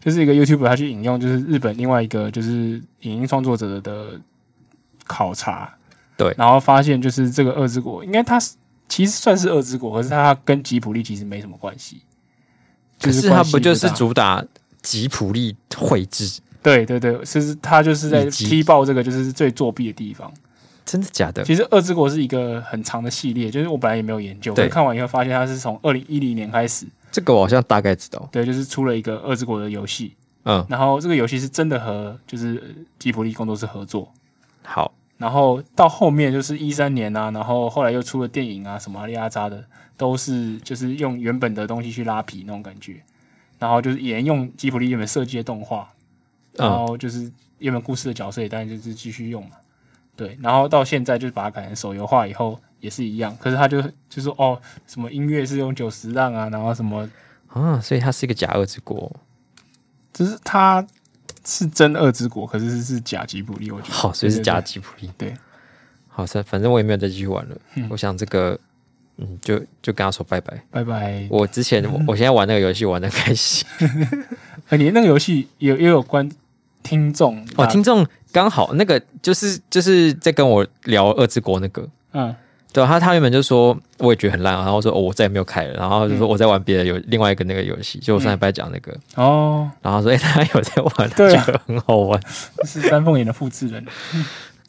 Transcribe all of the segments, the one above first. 这是一个 YouTube 他去引用，就是日本另外一个就是影音创作者的考察，对然后发现就是这个二之国，应该它是其实算是二之国，可是它跟吉普力其实没什么关系。可是是它它不就是主打吉普力绘制？对对对，是是它就是在以及踢爆这个就是最作弊的地方。真的假的？其实《二之国》是一个很长的系列，就是我本来也没有研究，对我看完以后发现它是从二零一零年开始，这个我好像大概知道。对，就是出了一个《二之国》的游戏，嗯，然后这个游戏是真的和就是呃吉卜力工作室合作，好，然后到后面就是一三年啊，然后后来又出了电影啊，什么阿里阿扎的，都是就是用原本的东西去拉皮那种感觉，然后就是沿用吉卜力原本设计的动画，然嗯，后就是原本故事的角色也当然就是继续用嘛，对，然后到现在就是把它改成手游化以后也是一样，可是他就就说哦，什么音乐是用九十让啊，然后什么，啊，所以它是一个假二之国，就是他是真恶之国，可是是假吉卜力，我觉得好，所以是假对吉普力。对对好，反反正我也没有再继续玩了。我想这个，嗯，就就跟他说拜拜。拜拜。我之前我我现在玩那个游戏玩的开 心呃，你那个游戏也也有关听众哦，打听众刚好那个就是就是在跟我聊二之国那个，嗯对啊、他他原本就说我也觉得很烂啊，然后我说哦我再也没有开了，然后就说我在玩别的游另外一个那个游戏，就我上礼拜讲那个，哦，然后他说哎、他有在玩，他对觉啊得很好玩，这是三凤眼的复制人。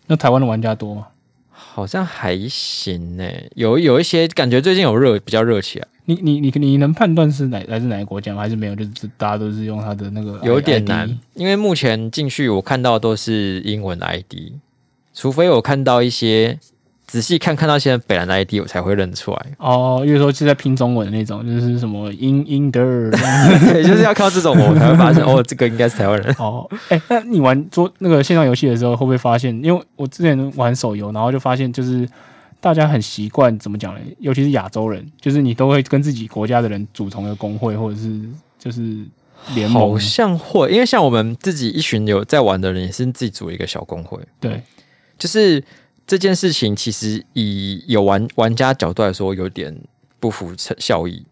那台湾的玩家多吗？好像还行呢、有有一些感觉最近有热比较热起来，你你你你能判断是哪来自哪个国家吗？还是没有？就是大家都是用他的那个有点 ID 难，因为目前进去我看到都是英文 ID，除非我看到一些仔细看看到现在北兰的 ID 我才会认 出来，哦，又说是在拼中文的那种，就是什么 英英德尔对，就是要靠这种我才 会发现哦这个应该是台湾人，哦。哎、那你玩桌那个线上游戏的时候，会不会发现？因为我之前玩手游，然后就发现就是大家很习惯怎么讲呢？尤其是亚洲人，就是你都会跟自己国家的人组同一个工会，或者是就是联盟好。像会，因为像我们自己一群有在玩的人也是自己组一个小工会，对，就是这件事情其实以有玩玩家角度来说有点不符效益，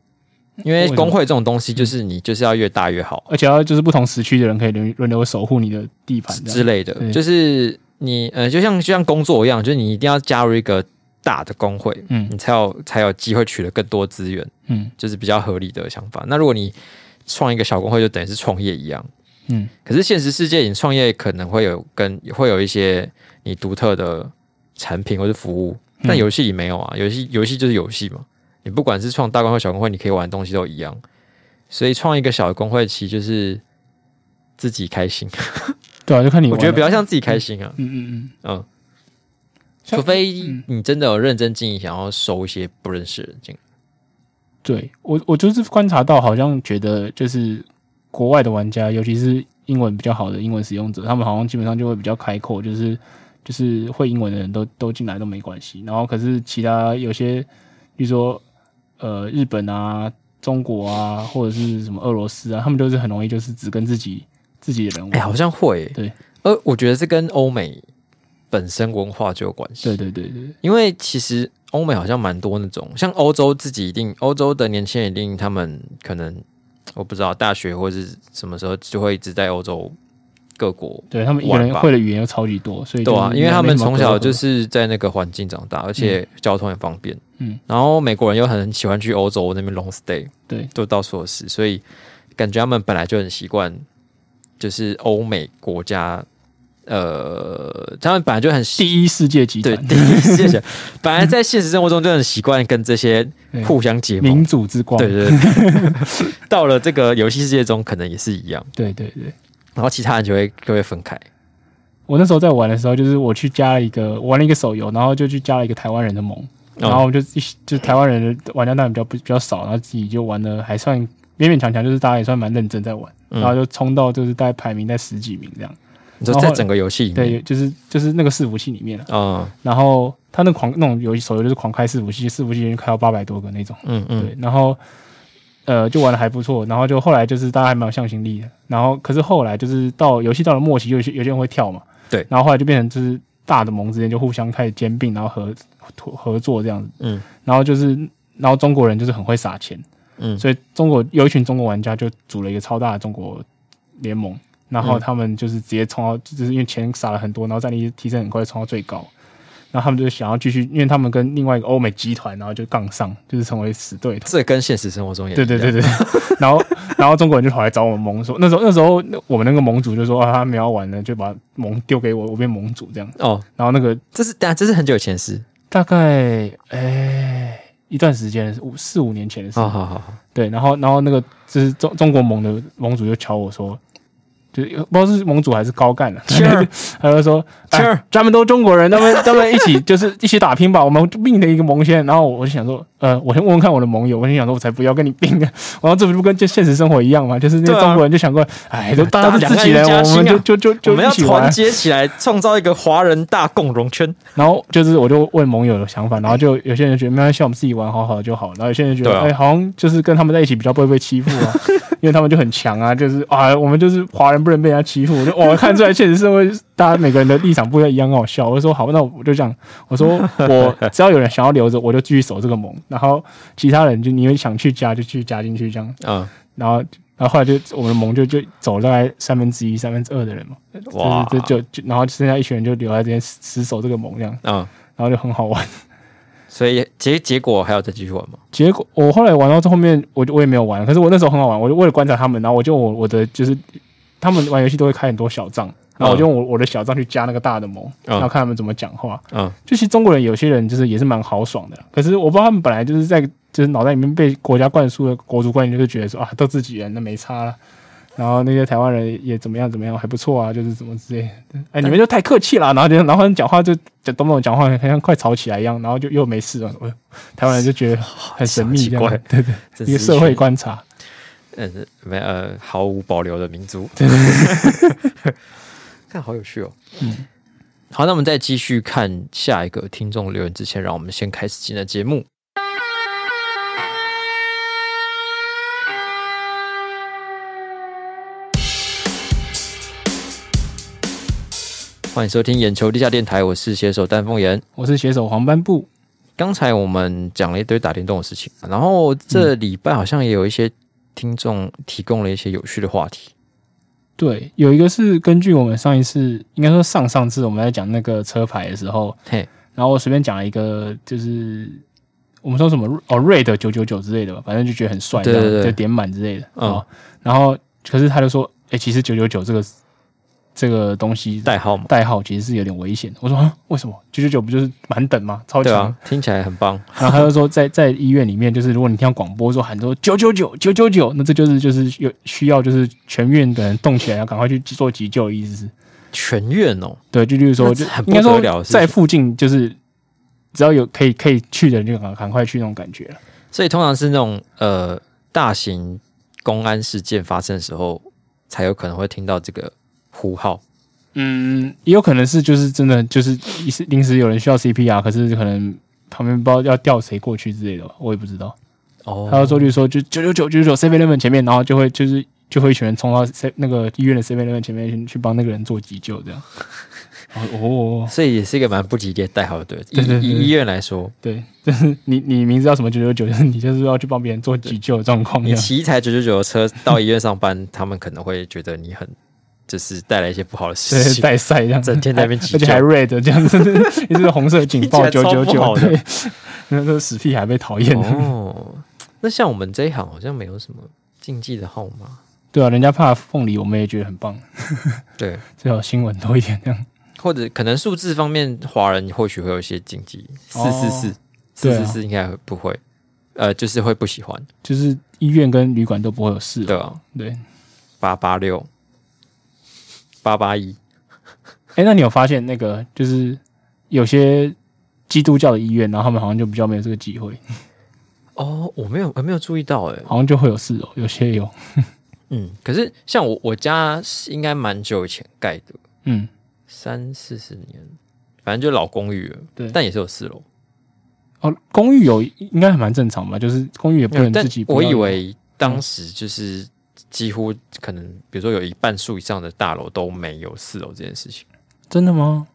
因为为什么嗯工会这种东西就是你就是要越大越好。而且要就是不同时区的人可以轮轮流守护你的地盘这之样。类的，对就是你呃，就像就像工作一样，就是你一定要加入一个大的工会，嗯你才有才有机会取得更多资源，嗯就是比较合理的想法。那如果你创一个小工会，就等于是创业一样。嗯，可是现实世界，你创业可能会有跟会有一些你独特的产品或是服务，但嗯游戏里没有啊。游戏游戏就是游戏嘛，你不管是创大工会、小工会，你可以玩的东西都一样。所以创一个小的工会，其实就是自己开心。对啊，就看你我玩觉了。得比较像自己开心啊。嗯嗯嗯，嗯，像除非你真的有认真经营，想要收一些不认识的人进来。对我我就是观察到，好像觉得就是国外的玩家，尤其是英文比较好的英文使用者，他们好像基本上就会比较开阔，就是就是会英文的人都都进来都没关系。然后可是其他有些，比如说呃日本啊、中国啊，或者是什么俄罗斯啊，他们就是很容易就是只跟自己自己的人哎、玩。好像会、对，呃，我觉得这跟欧美本身文化就有关系。对，对对对，因为其实欧美好像蛮多那种，像欧洲自己一定，欧洲的年轻人一定，他们可能我不知道大学或是什么时候就会一直在欧洲各国。对他们一个人玩吧会的语言又超级多，所以对啊，就是因为他没们什么从小隔阂就是在那个环境长大，而且交通也方便。嗯，然后美国人又很喜欢去欧洲那边 long stay，对做到所有事，所以感觉他们本来就很习惯，就是欧美国家，呃，他们本来就很习第一世界集对 团第一世界想，本来在现实生活中就很习惯跟这些对互相结盟民，主之光，对对对， 到了这个游戏世界中可能也是一样，对对对。然后其他人就会就会分开，我那时候在玩的时候，就是我去加了一个我玩了一个手游，然后就去加了一个台湾人的哦盟，然后我就一就台湾人的玩家当然比较不比较少，然后自己就玩的还算勉勉强强，就是大家也算蛮认真在玩，嗯然后就冲到就是大概排名在十几名这样。你说然后在整个游戏里面，对，就是就是那个伺服器里面啊，嗯然后他那狂那种游戏手游就是狂开伺服器，伺服器已经开到八百多个那种。嗯嗯，对，然后呃就玩的还不错，然后就后来就是大家还蛮有向心力的，然后可是后来就是到游戏到了末期，有些有些人会跳嘛，对然后后来就变成就是大的盟之间就互相开始兼并，然后合合合作这样子，嗯，然后就是然后中国人就是很会撒钱，嗯所以中国有一群中国玩家就组了一个超大的中国联盟，然嗯后他们就是直接冲到，就是因为钱撒了很多，然后战力提升很快，冲到最高。然后他们就想要继续，因为他们跟另外一个欧美集团，然后就杠上，就是成为死对头。这跟现实生活中也对对对对， 然后然后中国人就跑来找我们盟说，那时候那时候我们那个盟主就说啊，他们要玩了，就把盟丢给我，我变盟主这样。哦，然后那个这是等下这是很久以前的事。大概哎一段时间五四五年前的事，哦好好好好，对，然后然后那个就是中中国盟的盟主就瞧我说。就是不知道是盟主还是高干了、啊，切儿 他就说：“哎切儿咱们都中国人，他们 他们一起就是一起打拼吧，我们并的一个盟先。”然后我就想说：“呃，我先问问看我的盟友，我心想说，我才不要跟你 并呢。然后这不就跟现实生活一样嘛？就是那对些啊中国人就想过，哎，都大家都自己人，打两个我人们加薪就就啊就我就们一要起团玩。结起来，创造一个华人大共荣圈。然后就是我就问盟友的想法，然后就有些人觉得没关系，我们自己玩好好就好。然后有些人觉得，哎对啊哎、好像就是跟他们在一起比较不会被欺负 啊，因为他们就很强啊，就是啊，我们就是华人不能被人家欺负。我就哦我看出来现实社会大家每个人的立场不一样，很好笑。我就说好，那我就这样，我说我只要有人想要留着，我就继续守这个盟，然后其他人就你们想去加就去加进去这样。嗯，然后然后后来就我们的盟就就走大概三分之一、三分之二的人嘛，哇就是就就就然后剩下一群人就留在这边死死守这个盟这样。嗯，然后就很好玩。 所以结结果还要再继续玩吗？结果我后来玩到这后面，我就我也没有玩，可是我那时候很好玩，我就为了观察他们，然后我就我我的就是他们玩游戏都会开很多小账，然后我就用我我的小账去加那个大的盟，嗯然后看他们怎么讲话。嗯，就其实中国人有些人就是也是蛮豪爽的啦，可是我不知道他们本来就是在就是脑袋里面被国家灌输的国族观念，就是觉得说啊都自己人，那没差了。然后那些台湾人也怎么样怎么样，还不错啊，就是怎么之类的。哎，你们就太客气嗯了，然后就然后他们讲话就就懂不懂讲话，好像快吵起来一样，然后就又 没事了。我台湾人就觉得很神秘，奇这怪样对对，这是一个社会观察。嗯，呃没呃，毫无保留的民族， 看好有趣哦。好，那我们在继续看下一个听众留言之前，让我们先开始今天的节目。欢迎收听眼球地下电台，我是携手丹凤眼。我是写手黄斑布，刚才我们讲了一堆打电动的事情，然后这礼拜好像也有一些听众提供了一些有趣的话题。对，有一个是根据我们上一次，应该说上上次我们在讲那个车牌的时候，嘿，然后我随便讲了一个，就是我们说什么哦，Red 九九九之类的吧，反正就觉得很帅，对这样对对就点满之类的。嗯哦，然后可是他就说，哎、其实九九九这个这个东西代号嘛，代号其实是有点危险的。我说啊，为什么九九九不就是满等吗？超对强。啊，听起来很棒。然后他就说在，在医院里面，就是如果你听到广播说喊说九九九九九九，那这就是就是有需要就是全院的人动起来，要赶快去做急救的意思是。全院哦，对，就例如说，那就很不应该说得了的事情在附近，就是只要有可以可以去的人，就赶赶快去那种感觉了。所以通常是那种呃大型公安事件发生的时候，才有可能会听到这个呼号。嗯，也有可能是就是真的就是一时临时有人需要 CPR，可是可能旁边不知道要调谁过去之类的吧，我也不知道。哦他就说，例如说就九九九九九 Seven Eleven 前面，然后就会就是就会一群人冲到 C 那个医院的 Seven Eleven 前面去去帮那个人做急救这 样。然后哦，所以也是一个蛮不吉利的代号，对不对，对对以对以医院来说，对， 就是你你名字叫什么九九九，就是你就是要去帮别人做急救的状况这你样。骑一台九九九的车到医院上班，他们可能会觉得你很就是带来一些不好的事对，情。带赛这样，整天在那边急而且还救 red 这样子， 一直红色警报 九听起来超九不好九，的对，那这死屁孩被讨厌，哦，那像我们这一行好像没有什么禁忌的号码。对啊，人家怕凤梨，我们也觉得很棒，对，最好新闻多一点这样。或者可能数字方面，华人或许会有一些禁忌，四四四哦，四对四啊四应该不会，呃，就是会不喜欢，就是医院跟旅馆都不会有事，对啊，对。八八六，八八一，哎，那你有发现那个就是有些基督教的医院，然后他们好像就比较没有这个机会，哦，我没有，我没有注意到，哎，好像就会有事哦，有些有，嗯，可是像我我家是应该蛮久以前盖的，嗯，三四十年，反正就老公寓了，对但也是有四楼，哦，公寓有应该还蛮正常吧，就是公寓也不能但自己不我要以有为当时就是几乎可能，比如说有一半数以上的大楼都没有四楼这件事情，真的吗？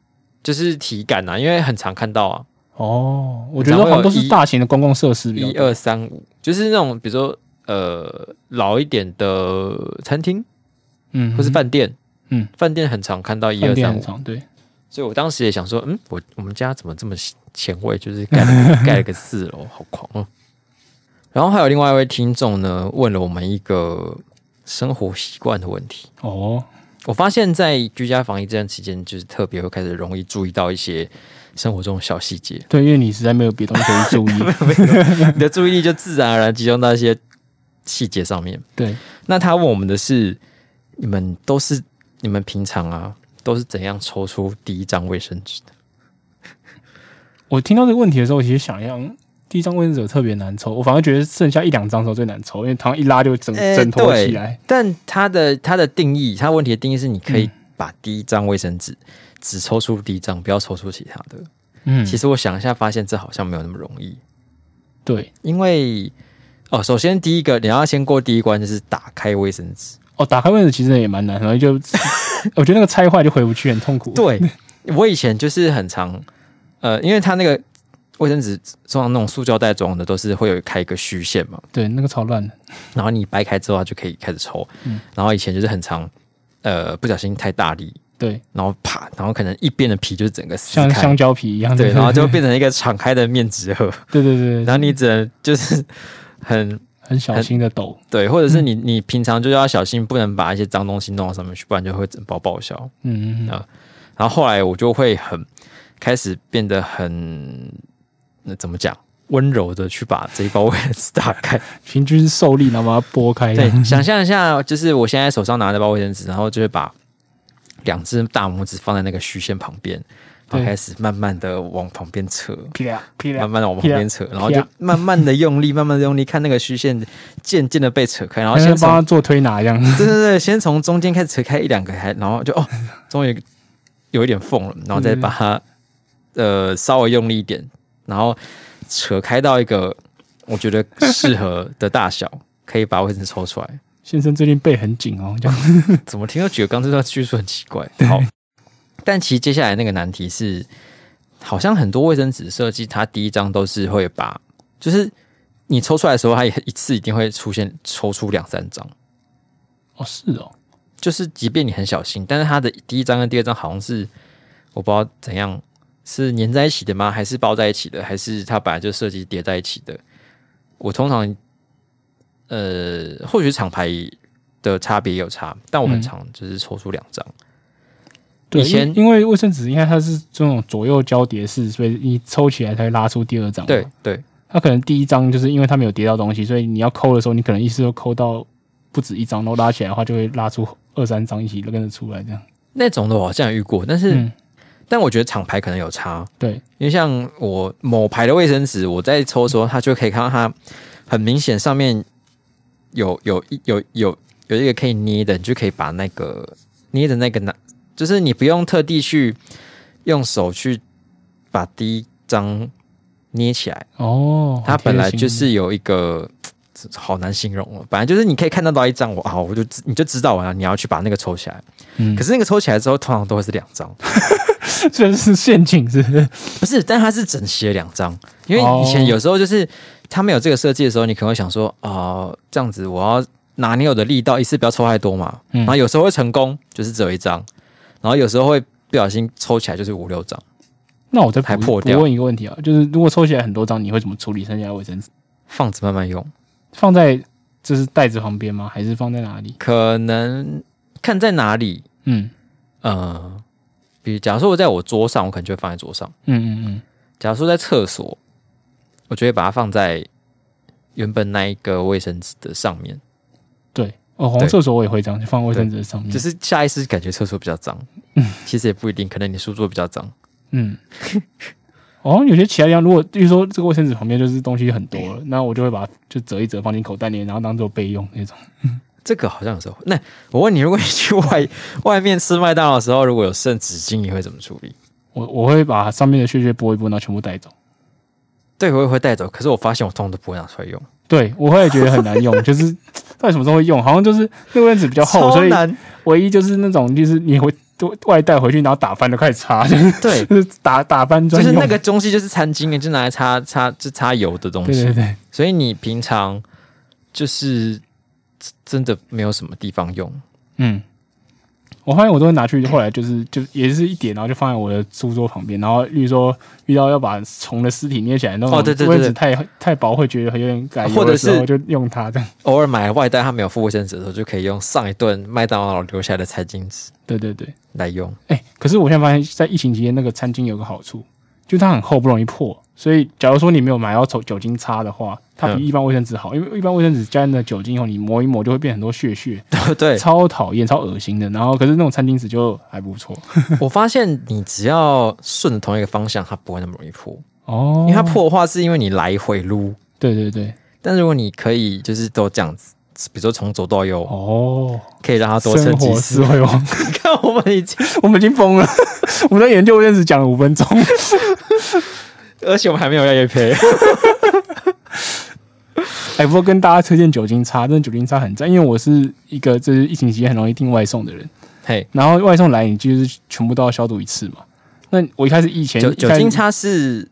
就是体感啊，因为很常看到啊，哦，我觉得好像都常会有是一大型的公共设施比较一多，二三五，就是那种比如说呃老一点的餐厅，嗯，或是饭店，嗯，饭店很常看到一饭二店三很五，长，对，所以我当时也想说，嗯，我我们家怎么这么前卫，就是盖了 个盖了个四楼，好狂哦、然后还有另外一位听众呢，问了我们一个生活习惯的问题。哦，我发现，在居家防疫这段期间，就是特别会开始容易注意到一些生活中的小细节，对，因为你实在没有别的东西可以注 意，你的注意力就自然而然集中到一些细节上面。对，那他问我们的是，你们都是你们平常啊，都是怎样抽出第一张卫生纸的？我听到这个问题的时候，我其实想一下，嗯第一张卫生纸特别难抽，我反而觉得剩下一两张的时候最难抽，因为它一拉就整呃整坨对起来。但他的他的定义，他问题的定义是，你可以把第一张卫生纸只抽出第一张，不要抽出其他的。嗯，其实我想一下，发现这好像没有那么容易，对，因为哦，首先第一个你要先过第一关，就是打开卫生纸。哦，打开卫生纸其实也蛮难，然后 就我觉得那个拆坏就回不去，很痛苦。，对， 我以前就是很常，呃，因为它那个卫生纸通常那种塑胶袋装的，都是会有开一个虚线嘛，对，那个超烂的。然后你掰开之后它就可以开始抽。嗯然后以前就是很常，呃，不小心太大力，对，然后啪，然后可能一边的皮就是整个撕像开香，蕉皮一样的。对，然后就变成一个敞开的面纸盒， 对对对，然后你只能就是很很小心的抖。对，或者是你你平常就要小心，不能把一些脏东西弄到上面去，不然就会整包报销。嗯嗯啊然后后来我就会很开始变得很，那怎么讲？温柔的去把这一包卫 生纸打开。嗯，平均受力，然后把它拨开。对，想象一下，就是我现在手上拿着包卫生纸，然后就会把两只大拇指放在那个虚线旁边，然对后开始慢慢的往旁边扯，噼啦噼慢啦，慢的往旁边扯，然后啪就慢慢的用力，慢慢的用力，看那个虚线渐渐的被扯开，然后好像先帮从他做推拿一样。 对对对，先从中间开始扯开一两个，还然后就哦，终于有一点缝了，然后再把它呃稍微用力一点，然后扯开到一个我觉得适合的大小，可以把卫生纸抽出来。先生最近背很紧哦，这样。 怎么听都觉得刚这段叙述很奇怪。好，但其实接下来那个难题是，好像很多卫生纸设计，它第一张都是会把，就是你抽出来的时候，它也一次一定会出现抽出两三张。哦，是哦，就是即便你很小心，但是它的第一张跟第二张好像是我不知道怎样是粘在一起的吗？还是包在一起的？还是它本来就设计叠在一起的？我通常呃，或许厂牌的差别也有差，但我很嗯常就是抽出两张。对，以前因因为卫生纸应该它是这种左右交叠式，所以你抽起来才会拉出第二张嘛。对对它可能第一张就是因为它没有叠到东西，所以你要抠的时候，你可能一次都抠到不止一张，然后拉起来的话，就会拉出二三张一起跟着出来这样。那种的我好像有遇过，但是、嗯但我觉得厂牌可能有差，对，因为像我某牌的卫生纸，我在抽的时候，它就可以看到它很明显上面有有一有有有一个可以捏的，你就可以把那个捏的那个拿，就是你不用特地去用手去把第一张捏起来，哦，它本来很贴心 就是有一个。好难形容哦，本来就是你可以看得到一张，我啊， 我就知你就知道啊了，你要去把那个抽起来。嗯，可可是那个抽起来之后，通常都会是两 张，是这是陷阱是不是？不是，但它是整齐的两张，因为哦以前有时候就是它没有这个设计的时候，你可能会想说，哦、这样子我要拿捏我的力道，一次不要抽太多嘛。嗯然后有时候会成功，就是只有一张，然后有时候会不小心抽起来就是五六张。那我再还补破补掉问一个问题啊，就是如果抽起来很多张，你会怎么处理剩下的卫生纸？放着慢慢用，放在就是袋子旁边吗？还是放在哪里？可能看在哪里，嗯呃，比如假如说我在我桌上，我可能就会放在桌上；嗯嗯嗯，假如说在厕所，我就会把它放在原本那一个卫生纸的上面，对。哦，红对厕所我也会这样，就放卫生纸的上面。就是下意识感觉厕所比较脏，其实也不一定，可能你书桌比较脏，嗯， 哦，有些其他地方，如果比如说这个卫生纸旁边就是东西很多了，那我就会把它就折一折放进口袋里，然后当做备用那种。这个好像有时候。那我问你，如果你去外 外面吃麦当劳的时候，如果有剩纸巾，你会怎么处理？我我会把上面的屑屑拨一拨，然后全部带走。对，我也会带走，可是我发现我通常都不会拿出来用，对，我会觉得很难用， 就是到底什么时候会用？好像就是那个卫生纸比较厚，超所以难。唯一就是那种就是你会外带回去，然后打翻都开始擦，就是对， 就是打打翻就专是用。那个东西，就是餐巾，就拿来擦擦，就擦油的东对西。对对，所以你平常就是真的没有什么地方用，嗯，我发现我都会拿去，后来就是就也是一点，然后就放在我的书桌旁边。然后，例如说遇到要把虫的尸体捏起来，那种哦对对对卫对生纸太太薄，会觉得有点感或者是就用它这样。偶尔买外带，他没有付卫生纸的时候，就可以用上一顿麦当劳留下来的餐巾纸对对对，来用。哎、可是我现在发现，在疫情期间，那个餐巾有个好处，就它很厚，不容易破。所以，假如说你没有买到酒酒精擦的话，它比嗯一般卫生纸好，因为一般卫生纸加进了酒精以后，你磨一磨就会变很多血血，对，超讨厌、超恶心的。然后，可是那种餐巾纸就还不错我发现你只要顺着同一个方向，它不会那么容易破。哦，因为它，破的话，是因为你来回撸。对对对，但如果你可以就是都这样子，比如说从左到右，哦，可以让它多生撑几活哦次思。维王， 看我们已经，我们已经疯了， 我们在研究卫生纸讲了五分钟， 而且我们还没有要叶配。哎，不过跟大家推荐酒精擦，真的酒精擦很赞，因为我是一个就是疫情期间很容易订外送的人。嘿， 然后外送来，你就是全部都要消毒一次嘛。那我一开始以前酒一开酒始精，擦是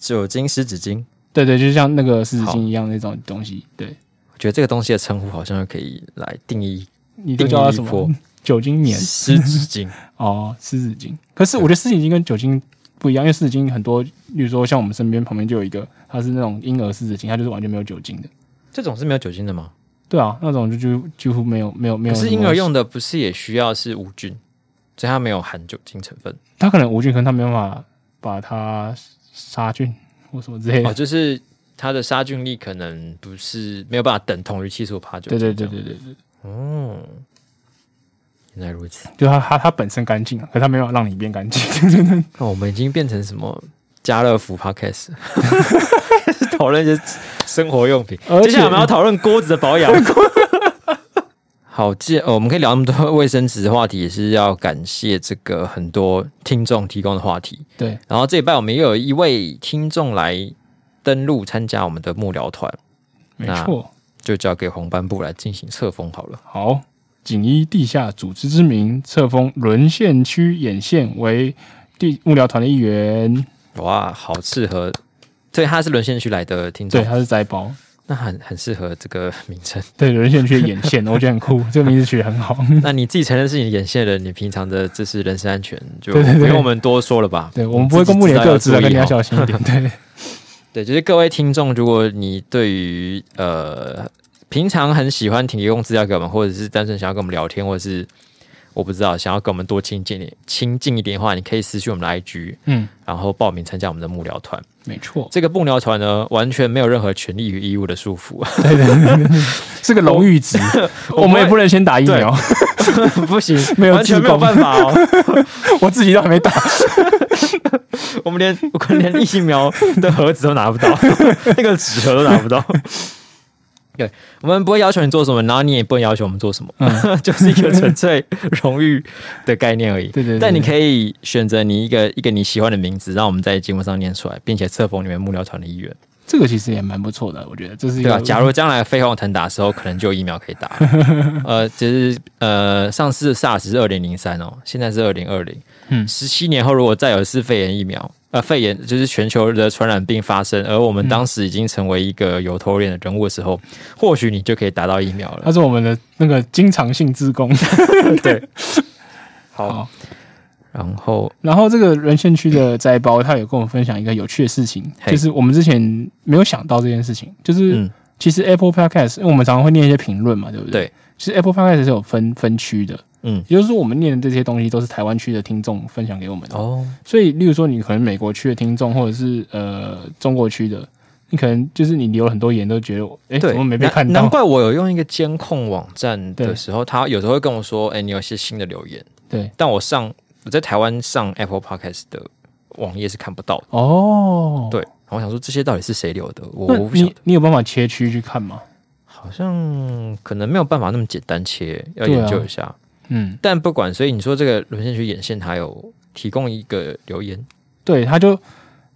酒精湿纸巾，对对，就像那个湿纸巾一样那种东西，对，我觉得这个东西的称呼好像可以来定义你都定叫它义什一么 波？酒精棉湿纸巾。哦，湿纸巾。可是我觉得湿纸巾跟酒精不一样，因为湿纸巾很多，比如说像我们身边旁边就有一个，它是那种婴儿湿纸巾，它就是完全没有酒精的。这种是没有酒精的吗？对啊，那种就就几乎没有没有没可有。是婴儿，用的不是也需要是无菌，所以它没有含酒精成分。它可能无菌，可能它没办法把它杀菌或什么之类的。哦，就是它的杀菌力可能不是没有办法等同于七十五趴酒对精。对对对对对，哦，原来如此。就它它它本身干净啊，可它没办法让你变干净。那、我们已经变成什么家乐 福 podcast，讨论一些生活用品。而且接下来我们要讨论锅子的 保养。好，既然、哦、我们可以聊那么多卫生纸的话题，也是要感谢这个很多听众提供的话题。对，然后这一拜我们又有一位听众来登录参加我们的幕僚团，没那错。就交给黄斑部来进行册封好了。好，仅依地下组织之名册封沦陷区眼线为地幕僚团的一员。哇，好适合，所以他是沦陷区来的听对，众，他是摘包，那很很适合这个名称。对沦陷区的眼线，我觉得很酷，这个名字取得很好。 那你自己承认是你眼线人，你平常的这是人身安全，就对对对不用我们多说了吧。对，我们不会公布你的个各资啊的，自跟你要小心一点。对，哦对，就是各位听众，如果你对于呃平常很喜欢提供资料给我们，或者是单纯想要跟我们聊天，或者是我不知道想要跟我们多亲近一点、亲近一点的话，你可以私讯我们的 IG，嗯，然后报名参加我们的幕僚团。没错，这个幕僚团呢，完全没有任何权利与义务的束缚， 是个荣誉 值，我们也不能先打疫苗，不行，没有完全自没有贡办法哦。 我自己都还没打。我们连我们连疫苗的盒子都拿不到， 那个纸盒都拿不到。对，我们不会要求你做什么，然后你也不能要求我们做什么，嗯 就是一个纯粹荣誉的概念而已。 对对对但你可以选择你一个一个你喜欢的名字，让我们在节目上念出来，并且册封你们幕僚团的一员，这个其实也蛮不错的，我觉得这是一对吧、啊个。假如将来飞黄腾达的时候，可能就有疫苗可以打。 呃，就是呃，上次 SARS 是二零零三哦，现在是二零二零。嗯十七年后，如果再有一次肺炎疫苗，呃，肺炎就是全球的传染病发生，而我嗯们当时已经成为一个有头有脸的人物的时候，或许你就可以达到疫苗了。 他是我们的那个经常性职 工，对，好，好然后然后这个沦陷区的摘包，他有跟我分享一个有趣的事情，嘿就是我们之前没有想到这件事情，就是、嗯其实 Apple Podcast，因为我们常常会念一些评论嘛，对不对？对，其实 Apple Podcast 是有分分区的，嗯，也就是说我们念的这些东西都是台湾区的听众分享给我们的。哦，所以，例如说你可能美国区的听众，或者是呃中国区的，你可能就是你留了很多言都觉得，哎，对，怎么没被难看难到？怪我有用一个监控网站对的时候，他有时候会跟我说：“哎、你有一些新的留言。”对，但我上我在台湾上 Apple Podcast 的网页是看不到的。哦，，对，然后我想说这些到底是谁留的？我那我不晓你得，你有办法切区去看吗？好像可能没有办法那么简单切，要对啊研究一下。嗯，但不管，所以你说这个沦陷区眼线还有提供一个留言，对，他就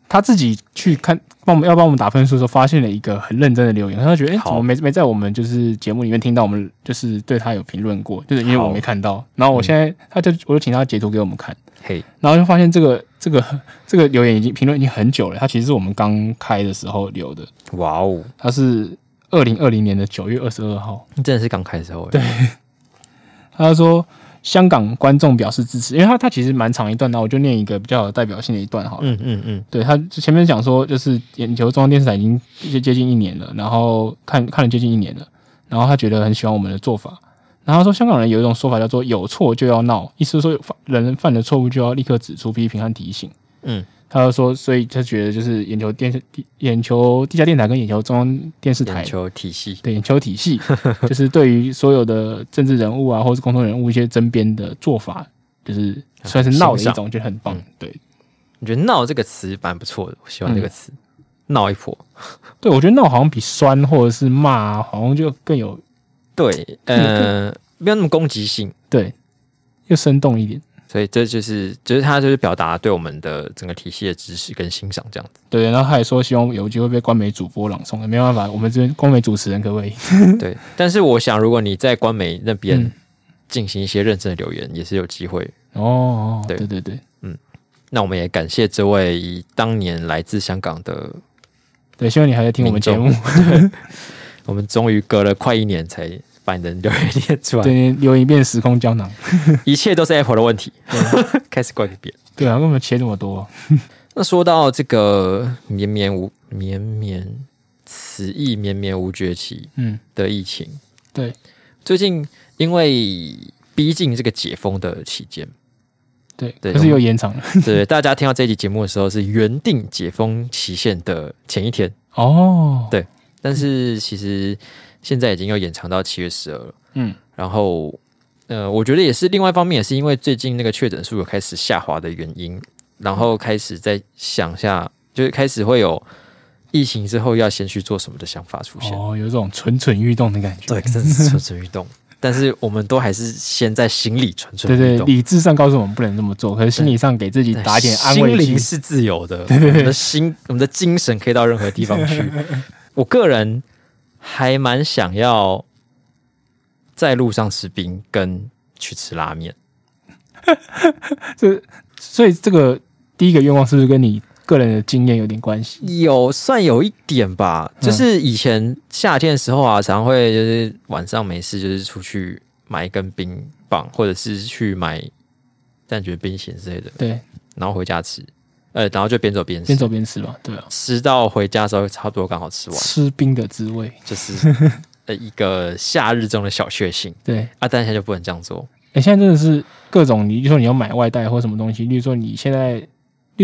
他自己去看帮我们要帮我们打分数的时候，发现了一个很认真的留言，他觉得哎、诶怎好么没没在我们就是节目里面听到我们就是对他有评论过，就是因为好我没看到。然后我嗯现在、他就我就请他截图给我们看，嘿，然后就发现这个这个这个留言已经评论已经很久了，他其实是我们刚开的时候留的，哇哦，他是二零二零年的九月二十二号。欸真的是刚开始后，对，他说香港观众表示支持，因为他他其实蛮长一段的，我就念一个比较有代表性的一段好了。嗯嗯嗯，对他前面讲说，就是眼球中央电视台已经接接近一年了，然后看看了接近一年了，然后他觉得很喜欢我们的做法，然后他说香港人有一种说法叫做“有错就要闹”，意思是说人犯了错误就要立刻指出、批评和提醒。嗯，他就说，所以他觉得就是眼球电视、眼球地下电台跟眼球中央电视台眼球体系，对眼球体 系，就是对于所有的政治人物啊，或是公众人物一些争边的做法，就是算是闹的一啊欣赏嗯种，就很棒。对，我觉得“闹”这个词蛮不错的，我喜欢这个词，嗯闹、一波。对，我觉得闹好像比酸或者是骂、啊、好像就更有对， 呃，没有那么攻击性，对，又生动一点。所以这就是，就是他就是表达对我们的整个体系的支持跟欣赏这样子。对，然后他也说希望有机会被官媒主播朗诵，没办法，我们这边官媒主持人可不可以？ 对，但是我想，如果你在官媒那边嗯进行一些认真的留言，也是有机会。哦，对对对对那我们也感谢这位当年来自香港的，对，希望你还在听我们节目，我们终于隔了快一年才把你的留言念出来， 对，留一遍时空胶囊。一切都是 Apple 的问题， 开始怪别人。对啊，为什么切这么多？那说到这个绵绵无绵绵此意绵绵无绝期嗯，的疫情，对最近因为逼近这个解封的期 间，对，对可是又延长了。对大家听到这一集节目的时候是原定解封期限的前一天，哦，但是其实现在已经又延长到七月十二了。嗯，然后，呃，我觉得也是另外一方面，也是因为最近那个确诊数有开始下滑的原因，然后开始在想下，就是开始会有疫情之后要先去做什么的想法出现。哦，有一种蠢蠢欲动的感觉。对，真是 蠢蠢欲动。但是我们都还是先在心里蠢蠢对欲动。对，理智上告诉我们不能这么做，可是心理上给自己对打一点安慰心剂灵。是自 由的，我们的心，我们的精神可以到任何地方去。我个人还蛮想要在路上吃冰，跟去吃拉面。这，所以这个第一个愿望是不是跟你个人的经验有点关系？有算有一点吧，嗯 就是以前夏天的时候啊，常会就是晚上没事就是出去买一根冰棒，或者是去买蛋卷冰淇淋之类的，对，然后回家吃，呃，然后就边走边吃边，走边吃吧，对啊，吃到回家的时候差不多刚好吃完，吃冰的滋味，就是 呃一个夏日中的小确幸对。啊，但现在就不能这样做，哎、现在真的是各种，你例如说你要买外带或什么东西，例如说你现在，例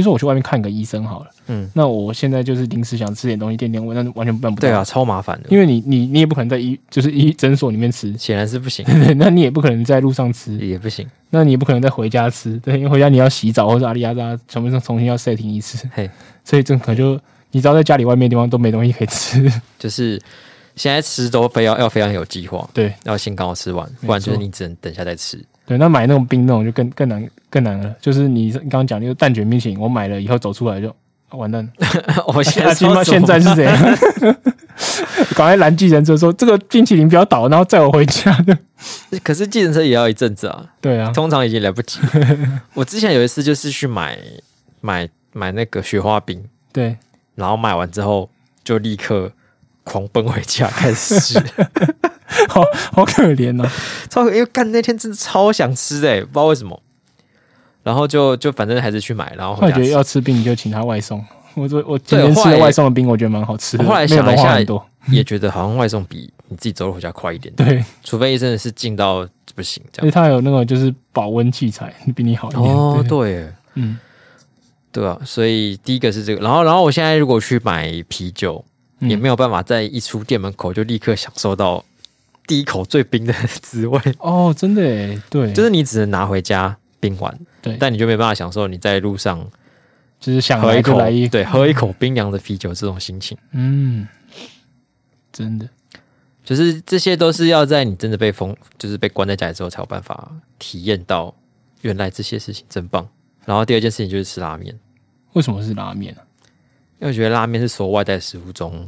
如说我去外面看个医生好了，嗯，那我现在就是临时想吃点东西垫垫胃，那完全办不到。对啊，，超麻烦的，因为你你你也不可能在医就是医诊所里面吃，显然是不行，对， 那你也不可能在路上吃，也不行，那你也不可能在回家吃，对，因为回家你要洗澡或者阿里阿扎，全部重新要 setting 一次，嘿，所以这可能就你只要在家里外面的地方都没东西可以吃， 就是现在吃都非要要非常有计划，对要先刚好吃完，错不然就是你只能等一下 再吃。对，那买那种冰那种就更更难更难了，就是你你刚刚讲那个蛋卷冰淇淋，我买了以后走出来就、啊完蛋了。我现在现说在什现么在是怎样？ 赶快拦计程车说这个冰淇淋不要倒，然后载我回家。 可是计程车也要一阵子啊，对啊，通常已经来不及。 我之前有一次就是去买买买那个雪花冰，对，然后买完之后就立刻狂奔回家开始吃。好好可怜哦。超因为干那天真的超想吃的欸，不知道为什么。然后就就反正还是去买，然后后回来家觉得吃。要吃冰，你就请他外送。 我昨我今天后吃来的外送的冰，我觉得蛮好吃的，我后来没有想了一融化下很多。也觉得好像外送比你自己走路回家快一点，对，除非真的是近到不行这而且样。它有那个就是保温器材，比你好一点。哦，对，对耶，嗯对啊，所以第一个是这个，然后然后我现在如果去买啤酒，嗯也没有办法在一出店门口就立刻享受到第一口最冰的滋味，哦，真的耶对，就是是你只能拿回家冰完，对但你就没办法享受你在路上就是想喝来一就口来一，对喝一口冰凉的啤酒这种心情。嗯，真的就是这些都是要在你真的被封，就是被关在家里之后才有办法体验到，原来这些事情真棒。然后第二件事情就是吃拉面，为什么是拉面啊？因为我觉得拉面是所有外带食物中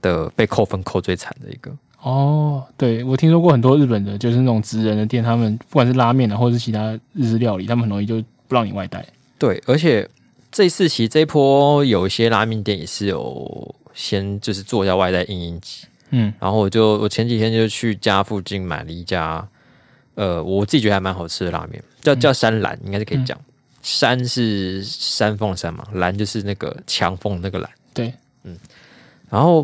的被扣分扣最惨的一个。哦，对，我听说过很多日本的，就是那种职人的店，他们不管是拉面啊，或者是其他日式料理，他们很容易就不让你外带。对，而且这一次其实这一波有一些拉面店也是有先就是做一下外带应应急，嗯，然后我就我前几天就去家附近买了一家呃，我自己觉得还蛮好吃的拉面，叫嗯叫山兰，应该是可以讲。山是山峰的山嘛，兰就是那个强风的那个兰。对，然后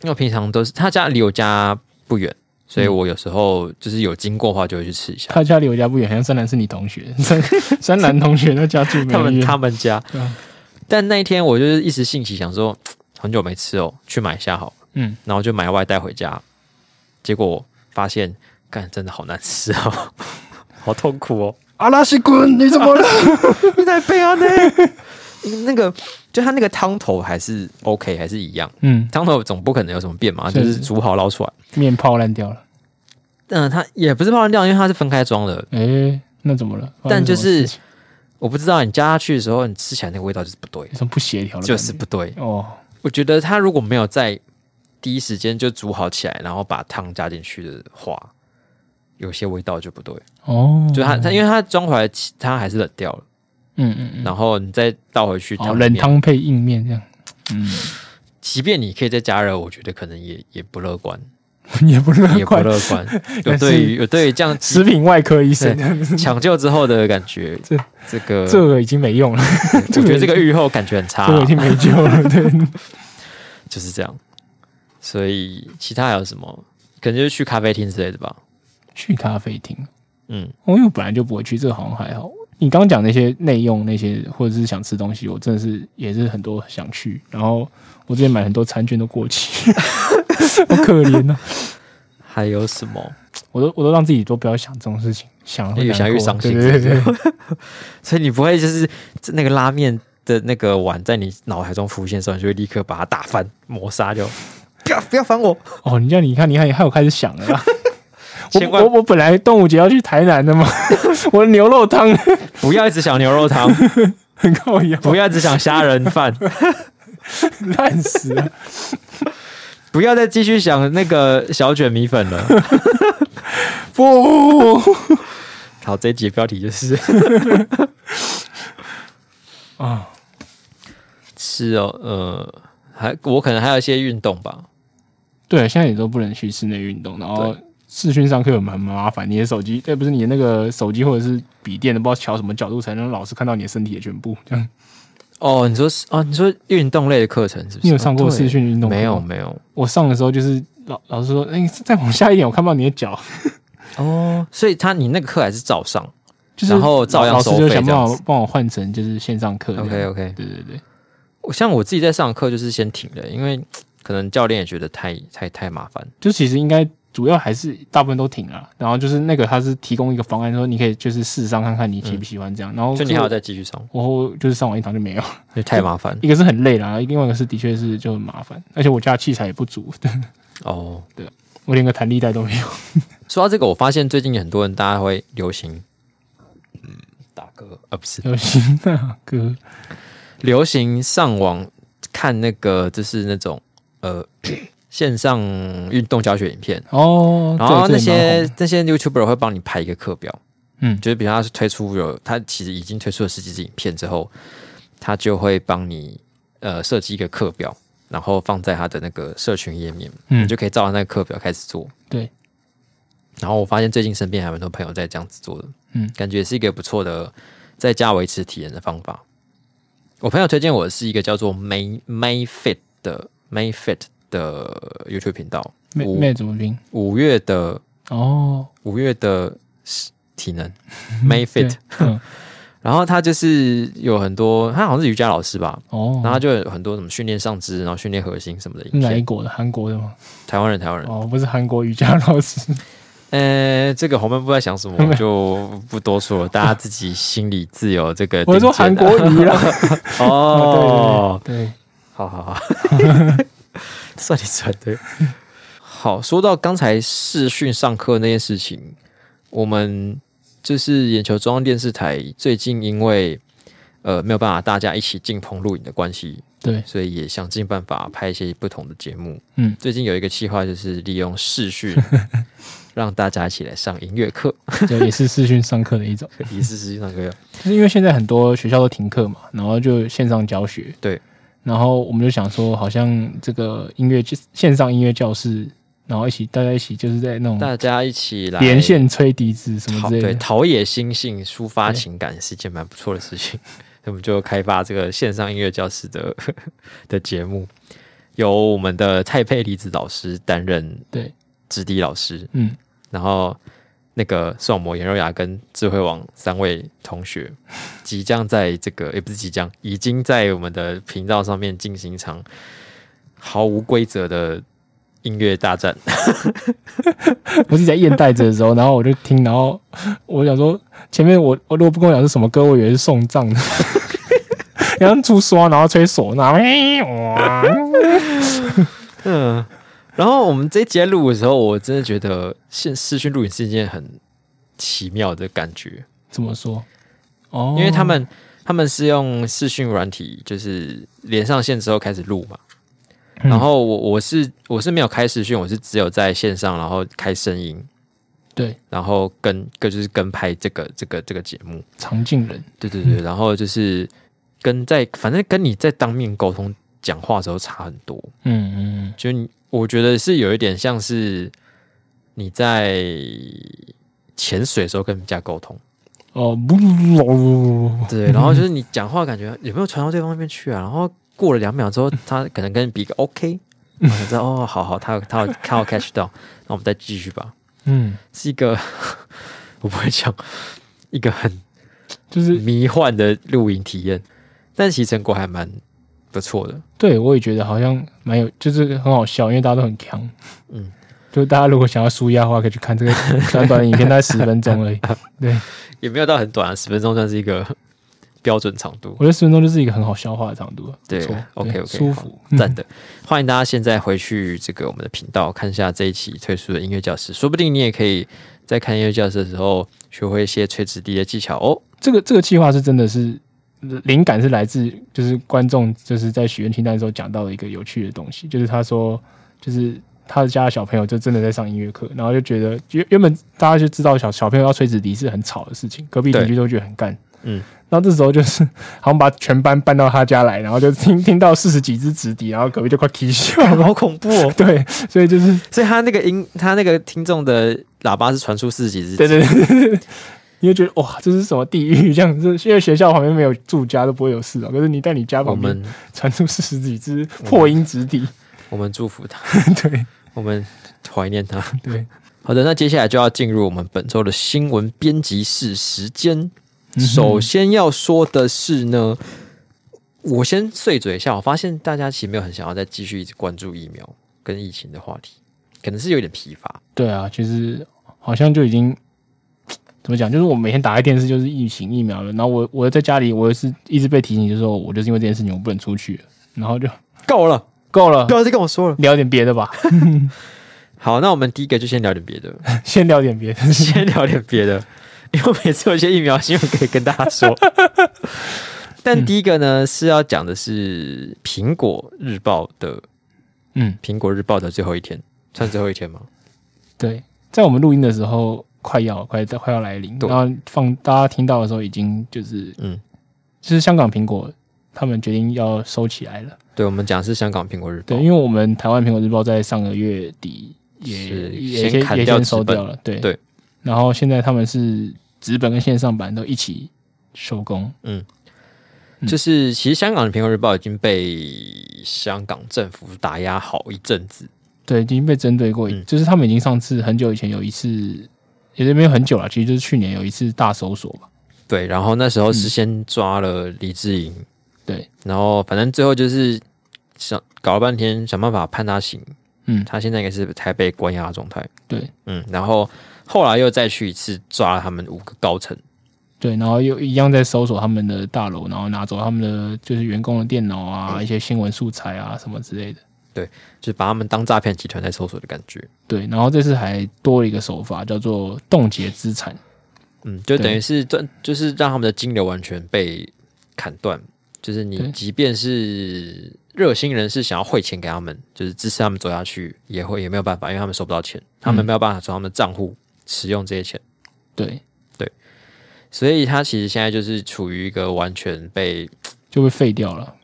因为我平常都是他家离我家不远，所以嗯我有时候就是有经过的话就会去吃一下。他家离我家不远，好像三男是你同学，三三男同学他家住没他有们远他们家对啊。但那一天我就是一时兴起想说，很久没吃哦，去买一下好了。嗯，然后就买外带回家，结果发现，干真的好难吃哦， 好痛苦哦。阿拉西滚，你怎么了？你在背啊那 那个就它那个汤头还是 OK，还是一样。 嗯，汤头总不可能有什么变嘛，是就是煮好捞出来。面泡烂掉了。嗯，它也不是泡料，因为它是分开装的。诶、那怎么了？但就发生什么是事情我不知道你加下去的时候，你吃起来那个味道就是不对有，什么不协调的感就觉，是不对。哦，我觉得它如果没有在第一时间就煮好起来，然后把汤加进去的话，有些味道就不对。哦，就它它因为它装回来，它还是冷掉了，嗯嗯嗯，然后你再倒回去哦，汤里冷面，汤配硬面这样，嗯即便你可以再加热，我觉得可能也也不乐 观， 也不乐也不观。乐观。有 但是对于有对于这样食品外科医生，抢救之后的感觉这，这个这个已经没用了，我觉得这个愈后感觉很差这个啊已，经没救了。对， 就是这样。所以其他还有什么？可能就是去咖啡厅之类的吧。去咖啡厅，嗯，哦，因为我本来就不会去，这个好像还好。你刚刚讲那些内用那些，或者是想吃东西，我真的是也是很多想去。然后我之前买很多餐券都过期， 好可怜呐、还有什么？我都我都让自己都不要想这种事情，想了会越想越难过伤心对对对对，所以你不会就是那个拉面的那个碗在你脑海中浮现的时候，你就会立刻把它打翻抹杀就。不要不要烦我！哦，你这样你看你看你害我开始想了啦。我 千万我我本来端午节要去台南的嘛， 我的牛肉汤 不要一直想牛肉汤，很靠腰，不要只想虾仁 饭，烂死了。不要再继续想那个小卷米粉了。 不好，这一集的标题就是 啊，吃哦，呃，还我可能还有一些运动吧，对，现在也都不能去室内运动，然后视讯上课很很麻烦，你的手机，对，不是你的那个手机或者是笔电，不知道调什么角度才能让老师看到你的身体的全部。这样，哦，你说是哦，你说运动类的课程是不是？你有上过哦对视讯运动课吗没有，没有。我上的时候就是老老师说，哎、再往下一点，我看不到你的脚，哦，所以他你那个课还是照上。就是然后照样老师收就费想这样办子法帮我换成就是线上课这样。 OK OK，对对对，我像我自己在上课就是先停了，因为可能教练也觉得太太太麻烦。就其实应该主要还是大部分都停了，然后就是那个他是提供一个方案，说你可以就是试上看看你喜不喜欢这样，然后就你还要再继续上，我就是上完一堂就没有。因为太麻烦一个是很累啦，另外一个是的确是就很麻烦，而且我家器材也不足， 对哦。我连个弹力带都没有。说到这个，我发现最近很多人大家会流行，嗯，打嗝，呃，不是，流行那歌流行上网看那个就是那种呃 线上运动教学影片，哦，然后对那这也蛮些红那些 YouTuber 会帮你排一个课表，嗯就是比方他推出有他其实已经推出了十几支影片之后，他就会帮你呃设计一个课表，然后放在他的那个社群页面，你嗯，就可以照着那个课表开始做。对，然后我发现最近身边还有很多朋友在这样子做的，嗯感觉是一个不错的在家维持体验的方法。我朋友推荐我的是一个叫做 May May Fit 的 May Fit 的 YouTube 频道，妹五妹怎么拼？五月的哦，五月的体能 May 对 Fit，嗯然后他就是有很多，他好像是瑜伽老师吧，然后他哦，就有很多什么训练上肢，然后训练核心什么的是影哪一片。国的？韩国的吗？台湾人，台湾人，哦，不是韩国瑜伽老 师，呃，这个红门不知道 想什么，我就不多说了，大家自己心里自有这个我定见啊。是说韩国瑜啦。 哦， 对对对，好好好， 算你转对。好，说到刚才视讯上课那件事情，我们就是眼球中央电视台最近因为呃没有办法大家一起进棚录影的关系，对所以也想尽办法拍一些不同的节目。嗯，最近有一个计划就是利用视讯让大家一起来上音 乐课，这也是视讯上课的一种。也是实际上可以。就是因为现在很多学校都停课嘛，然后就线上教学。对，然后我们就想说，好像这个音乐线上音乐教室，然后一起大家一起就是在那种大家一起来连线吹笛子什么陶之类对的，陶冶心性、抒发情感是一件蛮不错的事情。我们就开发这个线上音乐教室的 的节目，由我们的蔡佩离子老师担任对，直笛老师，嗯，然后那个宋魔、颜若雅跟智慧王三位同学，即将在这个也不是即将，已经在我们的频道上面进行一场毫无规则的音乐大战。我自己在验袋子的时候，然后我就听，然后我想说前面我我如果不跟我讲是什么歌，我以为是送葬的，然后出刷，然后吹唢呐，哎哇，嗯，然后我们这一节录的时候，我真的觉得现视讯录影是一件很奇妙的感觉，怎么说？哦，因为他们他们是用视讯软体，就是连上线之后开始录嘛。嗯然后我我是我是没有开视讯，我是只有在线上，然后开声音，对然后跟跟就是跟拍这个这个这个节目。常进人，对对对，然后就是跟在反正跟你在当面沟通讲话的时候差很多。嗯嗯嗯，就你我觉得是有一点像是你在潜水的时候跟人家沟通，哦，不不不不不对，然后就是你讲话感觉有没有传到对方那边去啊？然后过了两秒之后，他可能跟你比个 OK，我才知道哦，好好，他有他有他有 catch 到，那我们再继续吧。嗯，是一个 我不会讲一个很就是迷幻的露营体验，但其实成果还蛮不错的。对我也觉得好像蛮有，就是很好笑，因为大家都很强，嗯，就大家如果想要舒压的话，可以去看 这个短短的影片，大概十分钟而已。对，也没有到很短啊，十分钟算是一个 标准长度。我觉得十分钟就是一个很好消化的长度了，对不错，OK OK，舒服，赞的。欢迎大家现在回去这个我们的频道看一下这一期推出的音乐教室，说不定你也可以在看音乐教室的时候学会一些垂直地的技巧哦。这个这个计划是真的是灵感是来自就是观众就是在许愿清单的时候讲到的一个有趣的东西，就是他说就是他家的小朋友就真的在上音乐课，然后就觉得原原本大家就知道小小朋友要吹纸笛是很吵的事情，隔壁邻居都觉得很干。嗯，然后这时候就是好像把全班搬到他家来，然后就听听到四十几支纸笛，然后隔壁就快啼笑。好恐怖哦！ 对，所以就是所以他那个音，他那个听众的喇叭是传出四十几对只，对对对， 对，你会觉得哇，这是什么地狱？这样子，因为学校旁边没有住家都不会有事啊。可是你在你家我旁边们 传出四十几只破音直笛， 我们祝福他，对我们怀念他。对，好的，那接下来就要进入我们本周的新闻编辑室时间。哼首先要说的是呢，我先碎嘴一下，我发现大家其实没有很想要再继续一直关注疫苗跟疫情的话题，可能是有点疲乏。对啊，其实好像就已经怎么讲，就是我每天打开电视就是疫情疫苗了，然后我我在家里我也是一直被提醒，就是说我就是因为这件事情我不能出去了，然后就够了，够了不，要再跟我说了。聊点别的吧， 好，那我们第一个就先聊点别 的，先聊点别的。先聊点别的，因为每次有一些疫苗新闻可以跟大家 说。但第一个呢是要讲的是《苹果日报》的嗯， 《苹果日报》的最后一天，算最后一天吗？对，在我们录音的时候快要快快要来临，对然后放大家听到的时候已经就是嗯，就是香港苹果他们决定要收起来了。对，我们讲的是香港《苹果日报对，》。因为我们台湾苹果日报在上个月底也是也先先砍也掉先纸收本掉了，对对。然后现在他们是纸本跟线上版都一起收工，嗯就是其实香港的《苹果日报》已经被香港政府打压好一阵子，对，已经被针对过一，嗯就是他们已经上次很久以前有一次，也是没有很久了，其实就是去年有一次大搜索吧，对，然后那时候是先抓了李志颖，对，然后反正最后就是想搞了半天，想办法判他刑，嗯他现在应该是台被关押状态，对嗯，然后后来又再去一次抓了他们五个高层，对，然后又一样在搜索他们的大楼，然后拿走他们的就是员工的电脑啊，嗯一些新闻素材啊什么之类的。就是把他们当诈骗集团在搜索的感觉，对，然后这次还多了一个手法，叫做冻结资产。嗯，对就等于是断，就是让他们的金流完全被砍断。就是你，对即便是热心人士想要汇钱给他们，就是支持他们走下去，也会也没有办法，因为他们收不到钱，他嗯们没有办法从他们的账户使用这些钱，对，所以他其实现在就是处于一个完全被就被废掉了。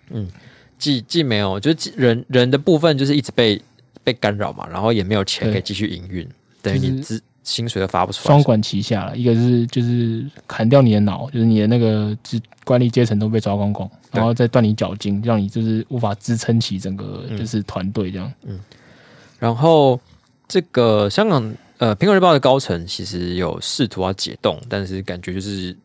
既既没有，就是既人人的部分就是一直被被干扰嘛，然后也没有钱对可以继续营运，等于就是你资薪水都发不出双来。管齐下了，一个是就是砍掉你的脑，就是你的那个资管理阶层都被抓光光，对然后再断你脚筋，让你就是无法支撑起整个嗯就是团队这样。然后这个香港呃《苹果日报》的高层其实有试图要解冻，但是感觉就是嘖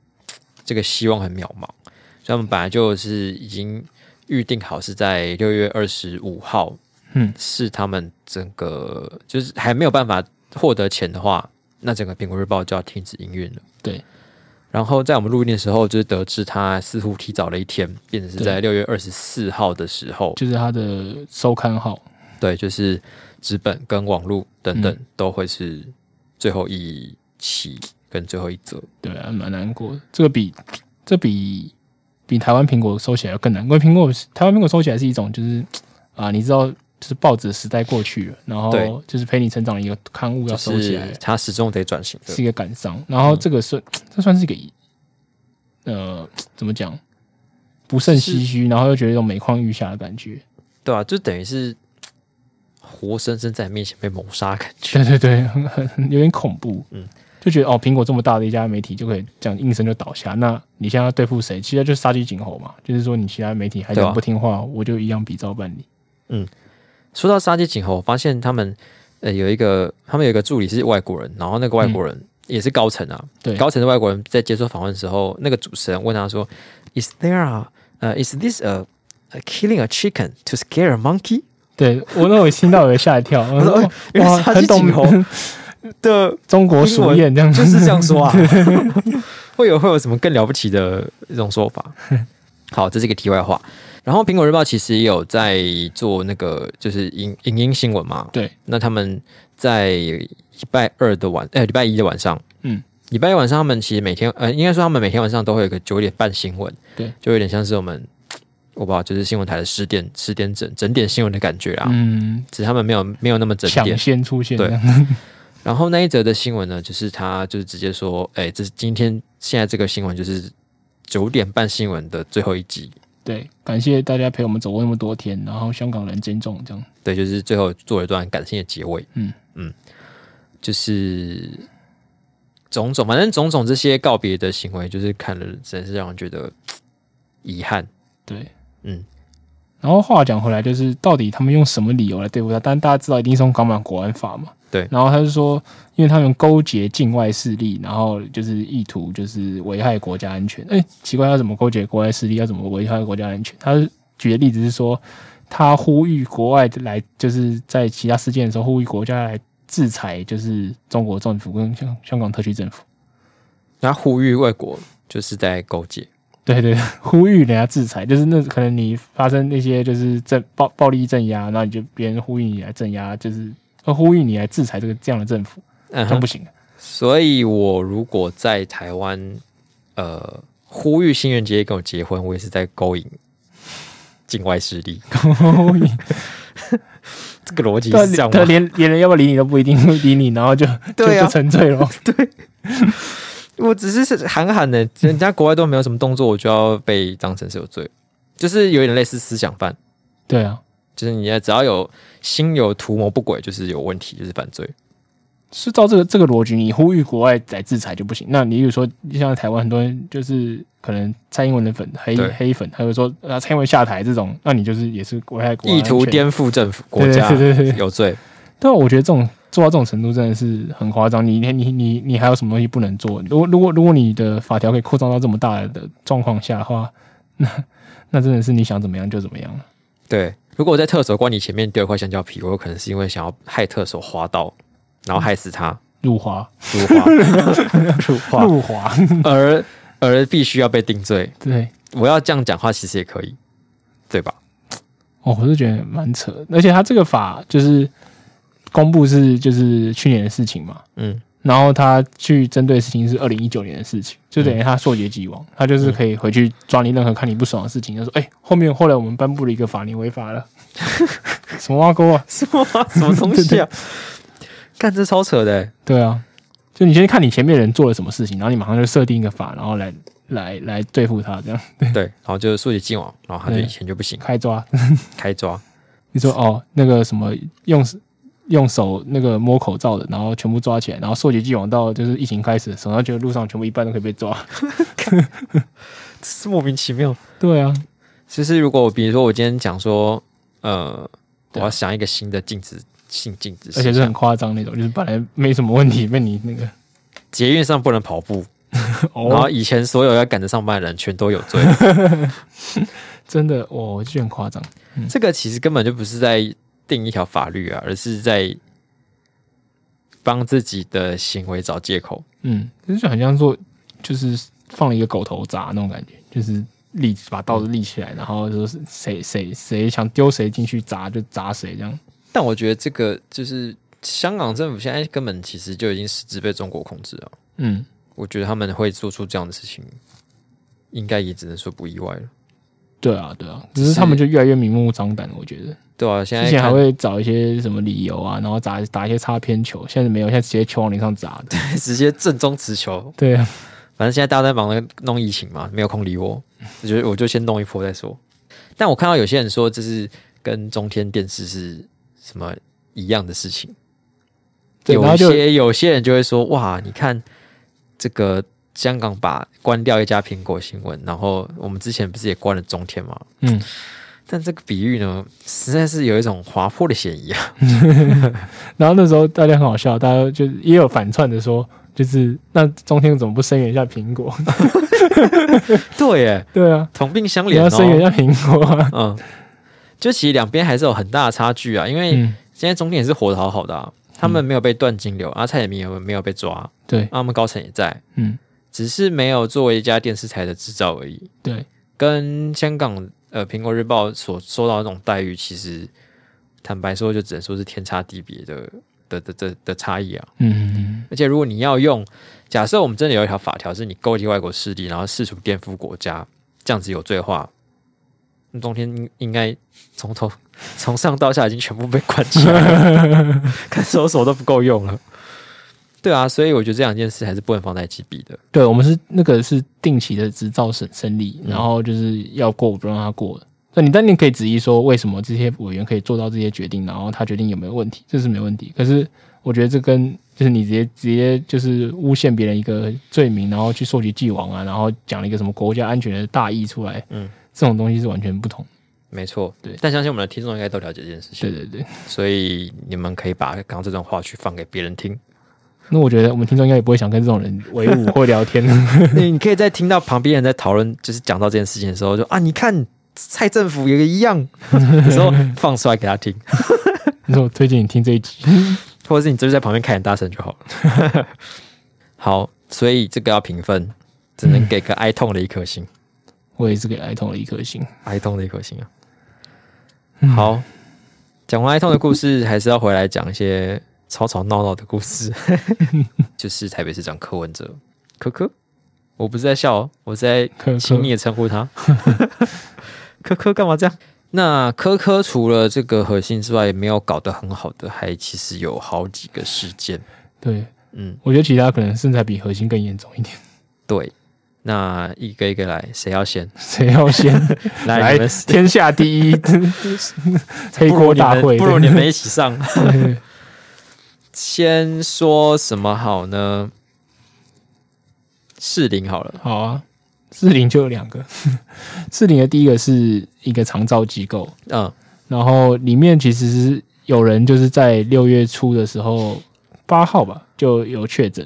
这个希望很渺茫，所以他们本来就是已经预定好是在六月二十五号，嗯，是他们整个就是还没有办法获得钱的话，那整个《苹果日报》就要停止营运了。对。然后在我们录音的时候，就是得知他似乎提早了一天，变成是在六月二十四号的时候，就是他的收刊号，对，就是纸本跟网络等等、嗯都会是最后一期跟最后一则。对啊，蛮难过的。这个比这比比台湾苹果收起来要更难，因为苹果台湾苹果收起来是一种就是啊，你知道就是报纸的时代过去了，然对后就是陪你成长的一个刊物要就嗯收起来是了，它始终得转型的是，一个感伤。然后这个是、这算是一个呃怎么讲？不胜唏嘘，然后又觉得一种每况愈下的感觉。对啊，就等于是活生生在你面前被谋杀的感 觉。对对对，很很很有点恐怖。嗯嗯，就觉得哦，苹果这么大的一家媒体就可以这样应声就倒下，那你现在要对付谁？其实就是杀鸡儆猴嘛，就是说你其他媒体还对啊敢不听话，我就一样比照办理。说到杀鸡儆猴，我发现他们呃有一个，他们有一个助理是外国人，然后那个外国人也是高层啊，嗯对高层的外国人在接受访问的时候，那个主持人问他说：“Is there a 呃、is this a, a killing a chicken to scare a monkey？” 对我那我听到我也吓一跳，我说 哎原来哇，杀很鸡懂儆猴 的中国俗谚这样就是这样说啊， 会有会有什么更了不起的这种 说法？好，这是一个题外话。然后《苹果日报》其实也有在做那个就是影影音新闻嘛， 对，那他们在礼拜二的晚，呃，礼拜一的晚上，嗯，礼拜一晚上他们其实每天，呃，应该说他们每天晚上都会有一个九点半新闻，对，就有点像是我们，我把就是新闻台的十点十点整整点新闻的感觉啦，嗯，只是他们没有没有那啊么整抢点，先出现对这样，然后那一则的新闻呢，就是他就是直接说，哎、这是今天现在这个新闻就是九点半新闻的最后一集，对，感谢大家陪我们走过那么多天，然后香港人珍重这样，对，就是最后做了一段感性的结尾。嗯嗯，就是种种，反正种种这些告别的行为，就是看了真是让人觉得嘖遗憾。对，嗯。然后话讲回来，就是到底他们用什么理由来对付他？但大家知道一定是用港版国安法嘛。对然后他就说，因为他们勾结境外势力，然后就是意图就是危害国家安全。哎，奇怪，要怎么勾结国外势力？要怎么危害国家安全？他举的例子是说，他呼吁国外来，就是在其他事件的时候呼吁国家来制裁，就是中国政府跟香香港特区政府。那呼吁外国就是在勾结，对对， 对呼吁人家制裁，就是那可能你发生那些就是镇暴暴力镇压，那你就别人呼吁你来镇压，就是呃呼吁你来制裁这个这样的政府，嗯这样哼，不行。啊 所以我如果在台湾，呃，呼吁新垣结衣跟我结婚，我也是在勾引境外势力。 呼吁这个逻辑对是这样啊对啊吗？连连人要不要理你都不一定 会理你，然后就就对啊就沉醉了。我只是是喊喊的，人家国外都没有什么动作，我就要被当成是有罪，就是有点类似思想犯，对啊，就是你只要有心有图谋不轨，就是有问题，就是犯罪。是照这个这个逻辑，你呼吁国外来制裁就不行。那你比如说，像台湾很多人就是可能蔡英文的粉黑对黑粉，他会说啊蔡英文下台这种，那你就是也是危害国家意安图全颠覆政府国家对对对对有罪，但我觉得这种做到这种程度真的是很夸张。你你你你你还有什么东西不能做？如果如果如果你的法条可以扩张到这么大的状况下的话，那那真的是你想怎么样就怎么样了。对。如果我在特首官邸前面丢一块香蕉皮，我有可能是因为想要害特首滑倒，然后害死他入华，入花入入华， 花， 而而必须要被定罪。对。我要这样讲话，其实也可以，对吧？哦，我是觉得蛮扯的，而且他这个法就是公布是就是去年的事情嘛，嗯，然后他去针对的事情是二零一九年的事情，就等于他溯及既往，他就是可以回去抓你任何看你不爽的事情，就说哎、后面后来我们颁布了一个法，你违法 了，什么挖沟啊？ 什么 啊、什么东西啊？干这超扯的欸、对啊，就你先看你前面人做了什么事情，然后你马上就设定一个法，然后来来来对付他，这样对，然后就溯及既往，然后他就对以前就不行，开抓。开抓，你说哦，那个什么用用手那个摸口罩的，然后全部抓起来，然后溯及既往到就是疫情开始的时候，他觉得路上全部一半都可以被抓。这是莫名其妙。对啊，就是如果我比如说我今天讲说，呃，我对啊要想一个新的禁止性禁止事而项，且是很夸张那种，就是本来没什么问题，被你那个捷运上不能跑步，然后哦，以前所有要赶着上班的人全都有罪。真的哦，我就觉得很夸张。这个其实根本就不是在定一条法律啊，而是在帮自己的行为找借口。嗯，就是很像做，就是放了一个狗头铡那种感觉，就是立把刀子立起来，然后就是谁谁谁想丢谁进去砸就砸谁这样。但我觉得这个就是香港政府现在根本其实就已经实质被中国控制了。嗯，我觉得他们会做出这样的事情，应该也只能说不意外了。对啊，对啊，只只是是他们就越来越明目张胆，我觉得对啊，现在之前还看会找一些什么理由啊，然后砸打一些擦边球，现在没有，现在直接球往脸上砸的。 直接正中直球。 对啊，反正现在大家都在忙着弄疫情嘛，没有空理我，我觉得我就先弄一波再说。但我看到有些人说，这是跟中天电视是什么一样的事情。对，然有后就些有些人就会说，哇，你看这个香港把关掉一家苹果新闻，然后我们之前不是也关了中天嘛？嗯，但这个比喻呢，实在是有一种滑坡的嫌疑啊。 然后那时候大家很好笑，大家就也有反串的说，就是那中天怎么不声援一下苹果？ 对耶，对啊，同病相你怜要声援一哦。下苹果啊。嗯，就其实两边还是有很大的差距啊，因为、嗯，现在中天也是活得好好的、啊，他们没有被断金流，啊，蔡衍明也没有被抓，啊，对，他们高层也在，嗯，只是没有作为一家电视台的执照而已。对，跟香港呃《苹果日报》所受到的那种待遇，其实坦白说，就只能说是天差地别的的的的的差异啊。嗯，而且如果你要用，假设我们真的有一条法条是你勾结外国势力，然后试图颠覆国家，这样子有罪的话，那中天应应该从头从上到下已经全部被关起来了，看守所都不够用了。对啊，所以我觉得这两件事还是不能放在一起比的。对，我们是那个是定期的执照审审理，嗯然后就是要过不让他过的。那你但你可以质疑说，为什么这些委员可以做到这些决定，然后他决定有没有问题，这是没问题。可是我觉得这跟就是你直接直接就是诬陷别人一个罪名，然后去溯及既往啊，然后讲了一个什么国家安全的大义出来，嗯，这种东西是完全不同。没错，对但相信我们的听众应该都了解这件事对情，对 对，所以你们可以把刚刚这段话去放给别人听。那我觉得我们听众应该也不会想跟这种人为伍或聊 天。 你你可以在听到旁边人在讨论，就是讲到这件事情的时候，就啊，你看蔡政府也一样， 有时候放出来给他听，你说我推荐你听这一集， 或者是你就是在旁边开很大声就好了。 好，所以这个要评分，只能给个哀痛的一颗星，我也是给爱痛了一颗星。哀痛的一颗星啊。好，讲完哀痛的故事， 还是要回来讲一些吵吵闹闹的故事，就是台北市长柯文哲，柯柯，我不是在笑、哦，我是在可可亲昵的称呼他。科科干嘛这样？那科科除了这个核心之外，也没有搞得很好的，还其实有好几个事件。对，嗯，我觉得其他可能甚至还比核心更严重一点。 对。那一个一个来，谁要先？谁要先 来，来你 们天下第 一黑不如锅你大们会？不如你们一起上。对先说什么好呢？士林好了， 好啊。四零就有两个， 四零的第一个是一个长照机构，嗯，然后里面其实是有人就是在六月初的时候，八号吧就有确诊，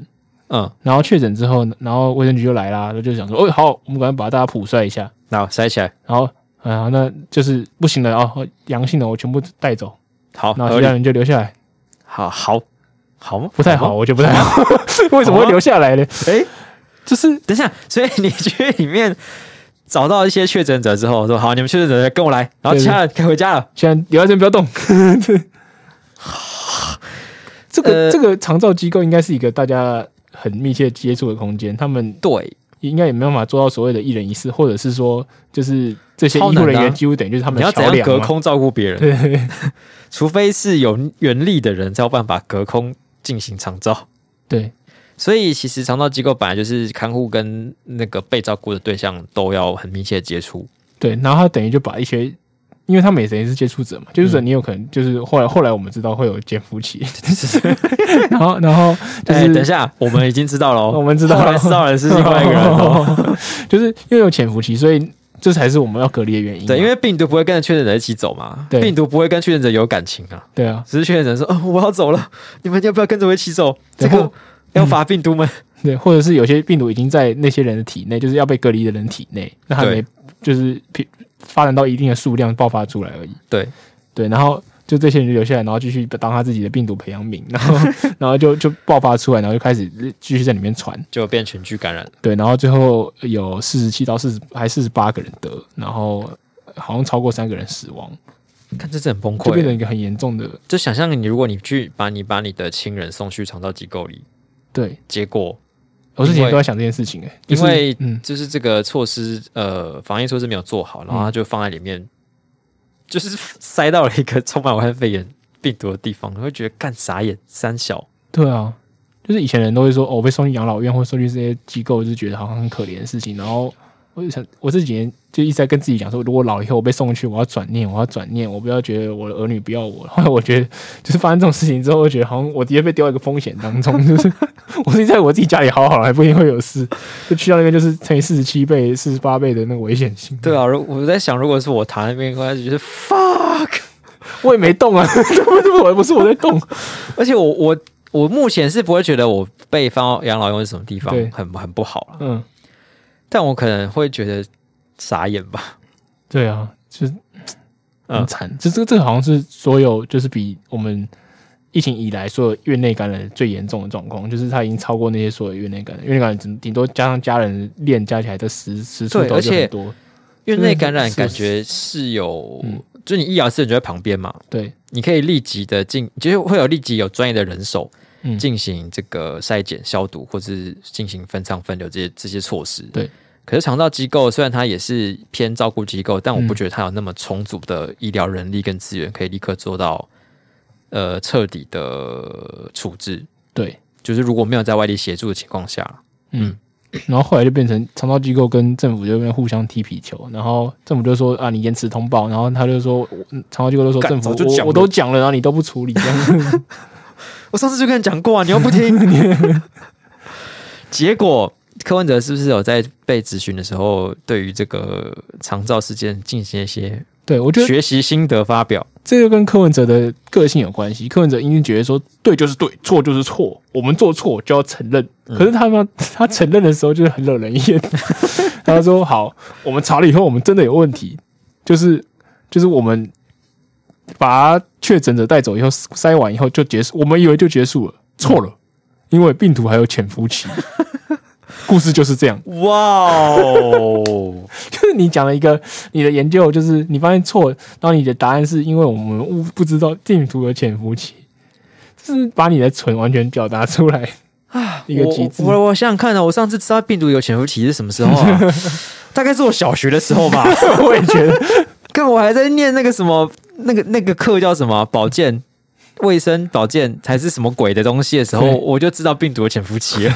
嗯，然后确诊之后，然后卫生局就来啦，就想说，哦、好，我们赶快把大家普筛一下，那塞起来，然后啊、那就是不行了哦，阳性的我全部带走，好，然后哦合其他理，人就留下来，好好好吗？不太好，好吗。我觉得不太好。哦 为什么会留下来呢？哎，就是等一下，所以你去里面找到一些确诊者之后，说好，你们确诊者跟我来，然后对其他人可以回家了。现在留在这边不要动。 这个、呃这个长照机构应该是一个大家很密切接触的空间，他们对，应该也没办法做到所谓的一人一室，或者是说就是这些超医护难的啊人员几乎等于就是他们你的要怎桥样梁隔嘛。空照顾别人？对对对 除非是有原力的人才有办法隔空进行长照。对所以其实长照机构本来就是看护跟那个被照顾的对象都要很密切接触。对，然后他等于就把一些因为他们也也是接触者嘛，接触者嗯你有可能就是后来后来我们知道会有潜伏 期，然后然后就哎、是等一下，我们已经知道了哦， 我们知道后来知道人是另外一个 人哦。就是因为有潜伏期，所以这才是我们要隔离的原因嘛。啊对，因为病毒不会跟着确诊者一起走嘛，对病毒不会跟确诊者有感情啊，对啊，只是确诊者说：“哦，我要走了，你们要不要跟着我一起走？”这对嗯个要罚病毒吗？对，或者是有些病毒已经在那些人的体内，就是要被隔离的人体内，那还对没就是匹发展到一定的数量爆发出来而已。对对，然后就这些人就留下来，然后继续当他自己的病毒培养皿，然后然后就就爆发出来，然后就开始继续在里面传。就变群聚感染了。对，然后最后有四十七到四十还四十八个人得，然后好像超过三个人死亡，看，这真的很崩就变溃成欸。一个很严重的就想象你，如果你去把你把你的亲人送去长照机构里，对。结果我之因前为都在想这件事情、欸，哎，就因是为嗯，就是这个措施，呃，防疫措施没有做好，然后嗯他就放在里面，就是塞到了一个充满武汉肺炎病毒的地方，你会觉得干傻眼三小。对啊，就是以前人都会说，哦，我被送去养老院或送去这些机构，就是觉得好像很可怜的事情。然后我就想，我这几年就一直在跟自己讲说，如果老以后我被送去，我要转念，我要转念，我不要觉得我的儿女不要我。后来我觉得，就是发生这种事情之后，我觉得好像我的确被丢在一个风险当中，就是我自己在我自己家里好好的，还不一定会有事，就去到那边就是乘以四十七倍、四十八倍的那个危险性。对啊，如我在想，如果是我躺在那边，我会觉得 fuck。我也没动啊，不是我，不是我在动。而且我我我目前是不会觉得我被放到养老院是什么地方对很很不好了，嗯，但我可能会觉得傻眼吧。对啊，就是嗯很惨。这这这个好像是所有就是比我们疫情以来所有院内感染最严重的状况，就是它已经超过那些所有院内感染，院内感染顶顶多加上家人链加起来的十十出对头而就且很多。院内感染嗯是感觉是有，嗯就你医疗资源就在旁边嘛，对，你可以立即的进，就是会有立即有专业的人手嗯，进行这个筛检、消毒，或是进行分仓分流这些这些措施。对。可是肠道机构虽然它也是偏照顾机构，但我不嗯觉得它有那么充足的医疗人力跟资源，可以立刻做到呃彻底的处置。对，就是如果没有在外地协助的情况下，嗯。然后后来就变成肠道机构跟政府就边互相踢皮球，然后政府就说啊你延迟通报，然后他就说我嗯肠道机构就说干政府早就我讲了我都讲了，然后你都不处理，这样 我上次就跟你讲过啊，你又不听。 结果柯文哲是不是有在被质询的时候，对于这个长照事件进行一些对我觉得学习心得发表？这就跟柯文哲的个性有关系。柯文哲一定觉得说，对就是对，错就是错，我们做错就要承认。可是他妈 他承认的时候就是很惹人厌。他说：“好，我们查了以后，我们真的有问题，就是就是我们把确诊者带走以后，筛完以后就结束，我们以为就结束了，错了，因为病毒还有潜伏期。故事就是这样。”哇哦！就是你讲了一个你的研究，就是你发现错，然后你的答案是因为我们误不知道病毒的潜伏期，就是把你的蠢完全表达出来啊， 一个极致我。我我想想看啊，我上次知道病毒有潜伏期是什么时候啊？ 大概是我小学的时候吧。 我也觉得，看我还在念那个什么那个那个课叫什么啊保健。卫生保健还是什么鬼的东西的时候，对我就知道病毒的潜伏期了。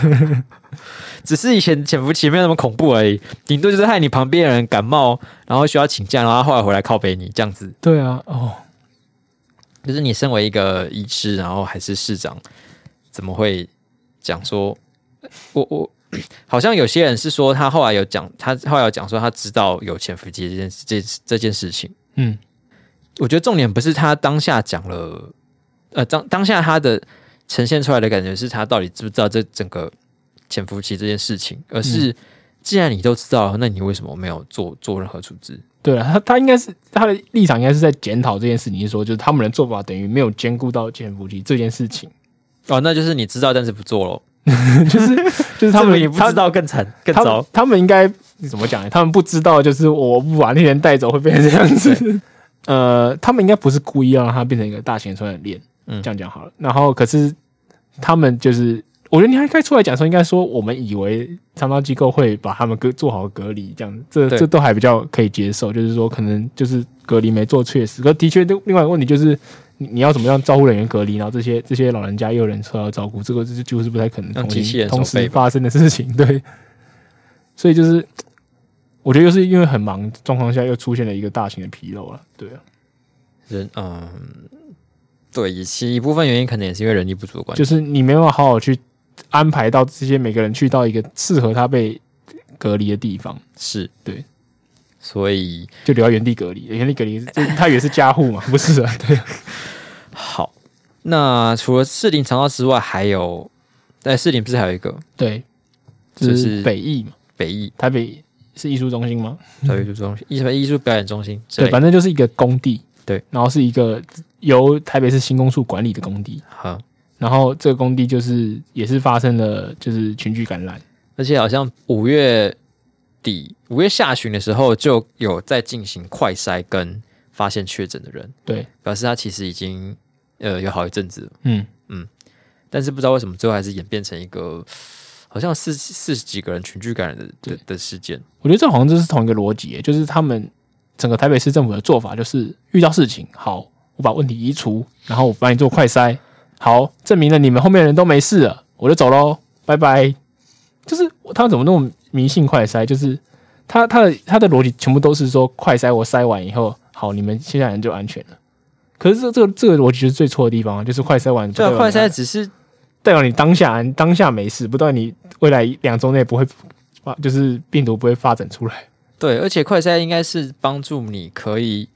只是以前潜伏期没有那么恐怖而已，顶多就是害你旁边的人感冒，然后需要请假，然后他后来回来靠北你这样子。对啊，哦，就是你身为一个医师，然后还是市长，怎么会讲说，我我 好像有些人是说他后来有讲，他后来有讲说他知道有潜伏期这件这这件事情。嗯，我觉得重点不是他当下讲了，呃，当当下他的呈现出来的感觉是他到底知不知道这整个潜伏期这件事情，而是既然你都知道了，那你为什么没有做做任何处置？对啊，他他应该是他的立场应该是在检讨这件事情，就是说就是他们的做法等于没有兼顾到潜伏期这件事情，哦，那就是你知道但是不做咯。就是他这们比你不他知道更惨更他糟们。他们应该怎么讲呢？他们不知道，就是我不把那人带走会变成这样子。呃，他们应该不是故意要让它变成一个大型传染链，嗯这样讲好了。然后可是他们就是，我觉得你还该出来讲说，应该说我们以为肠道机构会把他们隔做好隔离，这样子，这对这都还比较可以接受。就是说，可能就是隔离没做确实，可的确，另外一个问题就是。你你要怎么样照顾人员隔离，然后这些这些老人家又有人说要照顾，这个这几乎是不太可能让同机器人同手背时吧发生的事情，对。所以就是我觉得又是因为很忙状况下，又出现了一个大型的纰漏了。对啊，人嗯，对，其一部分原因可能也是因为人力不足的关系就。是你没办法好好去安排到这些每个人去到一个适合他被隔离的地方，是对，所以就留在原地隔离。原地隔离， 这他也是家户嘛，不是 啊？对啊，好，那除了士林长照之外，还有在士林不是还有一个对，就就是是北艺嘛，北艺台北是艺术中心吗？教育艺术中心、艺术艺术表演中心之对，类的？反正就是一个工地，对，然后是一个由台北市新工处管理的工地，好，然后这个工地就是也是发生了就是群聚感染，而且好像五月底、五月下旬的时候就有在进行快筛跟发现确诊的人，对，表示他其实已经呃有好一阵子了，嗯，但是不知道为什么最后还是演变成一个好像四四十几个人群聚感染的的对的事件。我觉得这好像就是同一个逻辑耶，欸就是他们整个台北市政府的做法就是遇到事情，好，我把问题移除，然后我帮你做快筛，好，证明了你们后面的人都没事了，我就走喽，拜拜。就是他们怎么那么迷信快筛？就是他他的他的逻辑全部都是说快筛，我筛完以后，好，你们现在人就安全了。可是这这个这个逻辑就是最错的地方啊，就是快筛完不对代啊，表快你安筛只是代表你当下你当下没事，不代表你未来两周内不会发，就是病毒不会发展出来。对，而且快筛应该是帮助你可以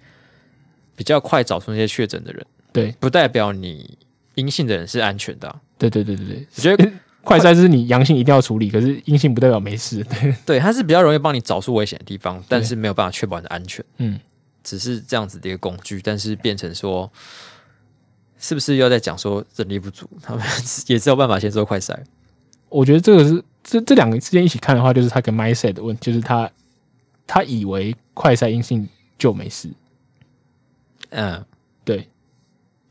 比较快找出那些确诊的人，对，不代表你阴性的人是安全的啊、 对对对对对，我觉得快筛是你阳性一定要处理，可是阴性不代表没事。对，对，它是比较容易帮你找出危险的地方，但是没有办法确保你的安全，嗯，只是这样子的一个工具，但是变成说。是不是又在讲说人力不足？ 他们也只有办法先做快筛，我觉得这个是这这两个之间一起看的话，就是他跟 mindset 的问题，就是他他以为快筛阴性就没事，嗯，对，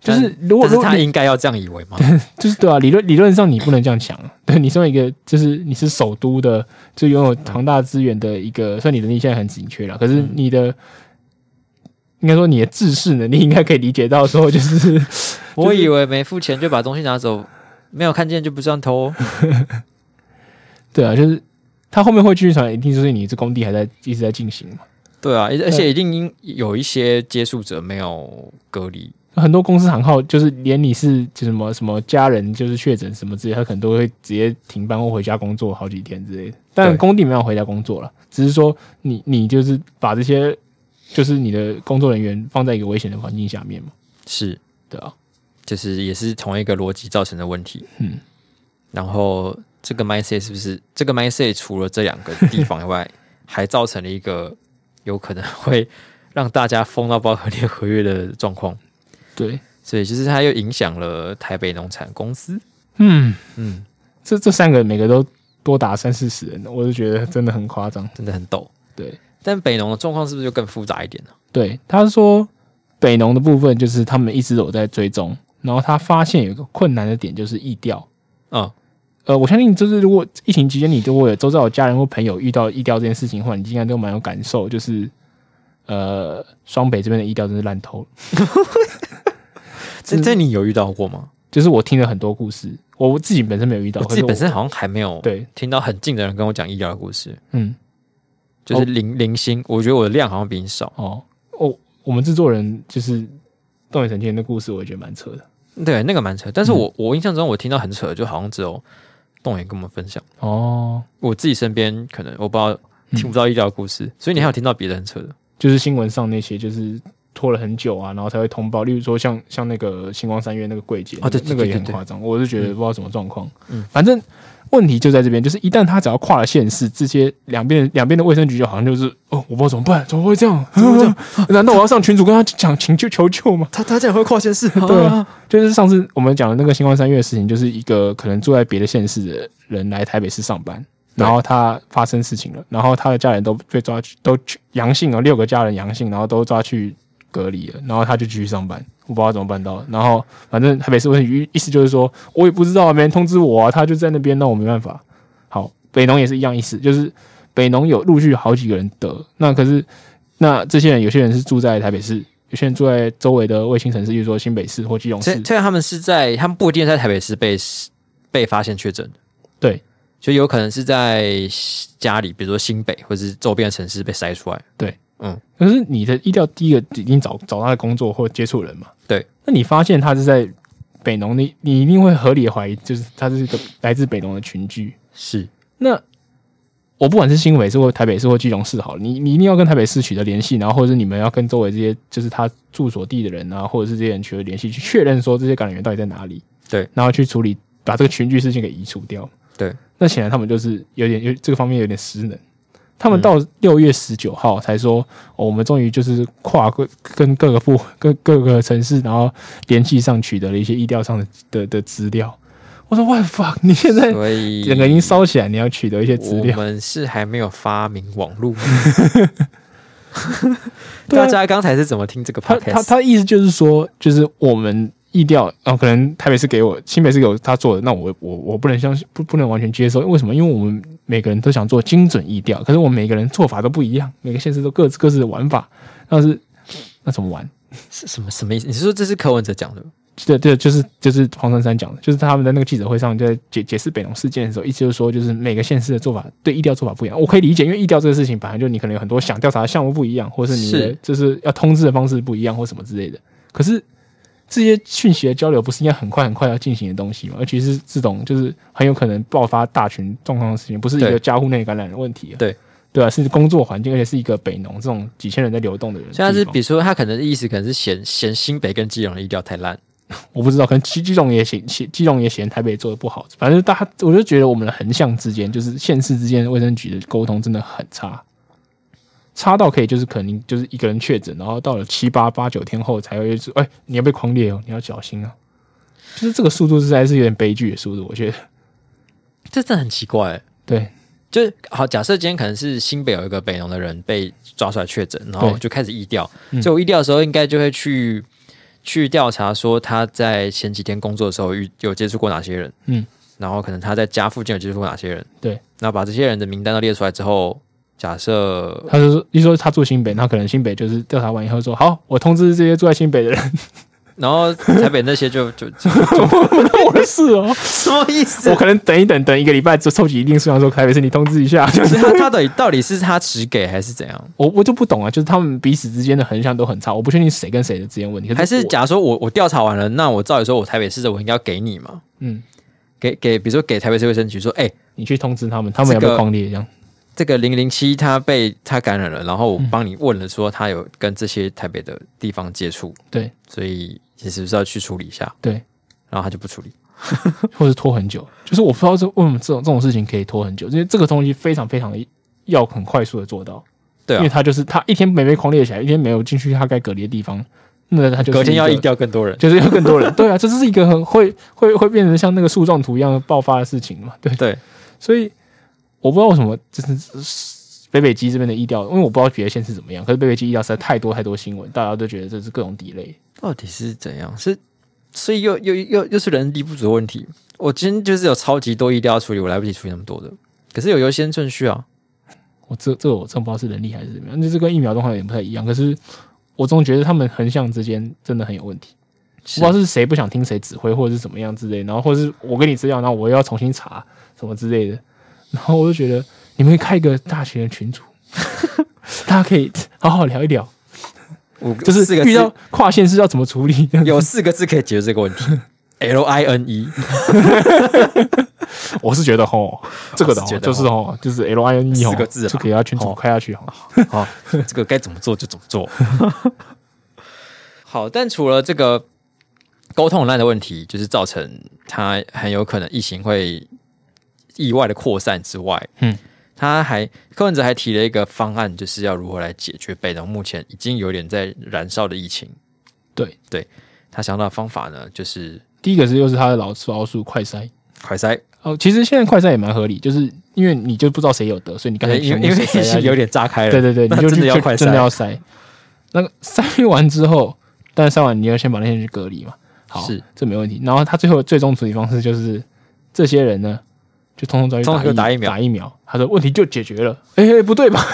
就但是如果但是如果他你应该要这样以为吗？就是对啊，理论理论上你不能这样想啊，对，你身为一个就是你是首都的，就拥有庞大资源的一个，虽然你能力现在很紧缺了，可是你的。应该说你的自视能力应该可以理解到，说就是我以为没付钱就把东西拿走，没有看见就不算偷 哦。对啊，就是他后面会继续传染，一定就是你这工地还在一直在进行嘛。对啊，而而且一定因有一些接触者没有隔离，很多公司行号就是连你是就什么什么家人就是确诊什么之类，他可能都会直接停班或回家工作好几天之类的。但对工地没有回家工作了，只是说你你就是把这些就是你的工作人员放在一个危险的环境下面嘛，是，对啊，就是也是同一个逻辑造成的问题。嗯，然后这个 mindset 是不是这个 mindset 除了这两个地方以外，还造成了一个有可能会让大家疯到不知道何年何月的状况， 对，所以就是它又影响了台北农产公司。嗯，嗯，这这三个每个都多达三四十人，我就觉得真的很夸张。真的很陡。对，但北农的状况是不是就更复杂一点呢、对，他说北农的部分就是他们一直有在追踪，然后他发现有一个困难的点就是疫调。嗯，呃，我相信就是如果疫情期间你如果有周遭有家人或朋友遇到疫调这件事情的话，你应该都蛮有感受，就是呃，双北这边的疫调真是烂透了。 嗯这这你有遇到过吗？就是我听了很多故事，我我自己本身没有遇到，我可自是己我本身好像还没有对，听到很近的人跟我讲医疗的故事，嗯，就是零、零星，我觉得我的量好像比你少。哦，我我们制作人就是动眼神经的故事，我也觉得蛮扯的。对，那个蛮扯，但是我、我印象中我听到很扯的，就好像只有动眼跟我们分享。哦，我自己身边可能我不知道听不到医疗的故事，所以你还有听到别的很扯的。就是新闻上那些就是拖了很久啊，然后才会通报。例如说像像那个星光三月那个柜姐，哦对对那个对也很对对夸张。我是觉得不知道什么状况，嗯反正问题就在这边，就是一旦他只要跨了县市，这些两边两边的卫生局就好像就是哦，我不知道怎么办，怎么会这样？怎么会这样？ 难道我要上群主跟他讲请求求救吗？他他竟然会跨县 市，对啊就是上次我们讲的那个星光三月的事情，就是一个可能住在别的县市的人来台北市上班，对然后他发生事情了，然后他的家人都被抓去，都去阳性哦，六个家人阳性，然后都抓去隔离了，然后他就继续上班，我不知道怎么办到的。然后反正台北市卫生局意思就是说，我也不知道啊，没人通知我啊，他就在那边，那我没办法。好，北农也是一样意思，就是北农有陆续好几个人得，那可是那这些人有些人是住在台北市。有些人住在周围的卫星城市，比如说新北市或基隆所市以，所以他们是在他们不一定在台北市被被发现确诊，对，就有可能是在家里，比如说新北或是周边的城市被筛出来。可是你的意料第一个已经找找他的工作或接触人嘛，对，那你发现他是在北农，你你一定会合理的怀疑，就是他是一个来自北农的群居。是，那我不管是新北市或台北市或基隆市好了，你你一定要跟台北市取得联系，然后或者是你们要跟周围这些就是他住所地的人啊，或者是这些人取得联系，去确认说这些感染源到底在哪里，对，然后去处理把这个群聚事情给移除掉。对，那显然他们就是有点有这个方面有点失能。他们到六月十九号才说、哦，我们终于就是跨各跟各个部跟各个城市，然后联系上取得了一些意料上的的的资料。我说，哇 fuck！你现在所以整个已经烧起来，你要取得一些资我料。们是还没有发明网 络。对啊大家刚才是怎么听这个他他 podcast？他的意思就是说，就是我们意料，哦，可能台北市给我，新北市给我他做的，那我我我不能相信，不不能完全接受。为什么？因为我们每个人都想做精准意调，可是我们每个人做法都不一样，每个县市都各自各自的玩法，但是那怎么玩？是什么什么意思？你是说这是柯文哲讲的？对对，就是就是黄珊珊讲的，就是他们在那个记者会上就在解解释北农事件的时候，意思就是说，就是每个县市的做法对意调做法不一样。我可以理解，因为意调这个事情本来就你可能有很多想调查的项目不一样，或是你的是就是要通知的方式不一样，或什么之类的。可是这些讯息的交流不是应该很快很快要进行的东西吗？尤其是这种就是很有可能爆发大群状况的事情，不是一个对家户内感染的问题、啊。对对啊，是工作环境，而且是一个北农这种几千人在流动的人地所以方。他是比如说他可能意思可能是嫌嫌新北跟基隆的医疗太烂，我不知道，可能基基隆也嫌嫌基隆也嫌台北做的不好，反正大家我就觉得我们的横向之间，就是县市之间卫生局的沟通真的很差，差到可以就是可能就是一个人确诊，然后到了七八八九天后才会说，哎、你要被狂列哦，你要小心啊，就是这个速度实在是有点悲剧的速度，我觉得这真的很奇怪欸、对就是好，假设今天可能是新北有一个北农的人被抓出来确诊，然后对嗯就开始疫调。所以我疫调的时候，应该就会去去调查说他在前几天工作的时候遇有接触过哪些人，嗯，然后可能他在家附近有接触过哪些人，对。那把这些人的名单都列出来之后，假设他就说一说他住新北，那可能新北就是调查完以后说，好，我通知这些住在新北的人， 然后台北那些就就就不关我的事哦，什么意思我？可能等一等，等一个礼拜，就收集一定数量说台北市你通知一下，就是。所以他他到底到底是他只给还是怎样？我我就不懂啊，就是他们彼此之间的横向都很差，我不确定谁跟谁的之间问题，还是我假如说我我调查完了，那我照理说我台北市的我应该要给你嘛？嗯，给给，比如说给台北市卫生局说，哎、你去通知他们，他们有这没个有狂烈这样？这个零零七他被他感染了，然后我帮你问了，说他有跟这些台北的地方接触，对所以你是不是要去处理一下？对，然后他就不处理，或者拖很久，就是我不知道是为什么这种这种事情可以拖很久，因为这个东西非常非常的要很快速的做到，对因为啊，他就是他一天没被狂烈起来，一天没有进去他该隔离的地方，那他就是隔天要一疫个调更多人，就是有更多人，对啊，这是一个很会会会变成像那个树状图一样爆发的事情嘛，对对，所以我不知道为什么，就是北北基这边的医调，因为我不知道别的县市怎么样，可是北北基医调实在太多太多新闻，大家都觉得这是各种地雷。到底是怎样？是所以又又又又是人力不足的问题。我今天就是有超级多疫调要处理，我来不及处理那么多的，可是有优先顺序啊，我这这个我真不知道是人力还是怎么样，就是跟疫苗状况有点不太一样。可是我总觉得他们横向之间真的很有问题，是我不知道是谁不想听谁指挥，或者是怎么样之类，然后或者是我跟你资料，然后我又要重新查什么之类的，然后我就觉得你们可以开一个大型的群组， 大家可以好好聊一聊，我就是四个遇字到跨县市要怎么处理。有四个字可以解决这个 问题，L I N E。我是觉得吼，这个的吼我是觉得就是吼，就是 L I N E 吼，四个字啊就给他群主吼开下去吼。好，这个该怎么做就怎么 做。好，但除了这个沟通很烂的问题，就是造成它很有可能疫情会意外的扩散之外，嗯，他还柯文哲还提了一个方案，就是要如何来解决北农目前已经有点在燃烧的疫情。对对，他想到的方法呢，就是第一个是又是他的老老鼠快筛快筛，哦，其实现在快筛也蛮合理，就是因为你就不知道谁有得，所以你干脆因全为部因为 E 筛疫情下有去。点炸开了，对对对，哎那你就真的去要就快真的筛要，筛。那个筛完之后，但是筛完你要先把那些人去隔离嘛，好，是这没问题。然后他最后最终处理方式就是这些人呢，就通通抓去通通打打疫苗打疫苗。他说问题就解决了，哎、哎不对吧？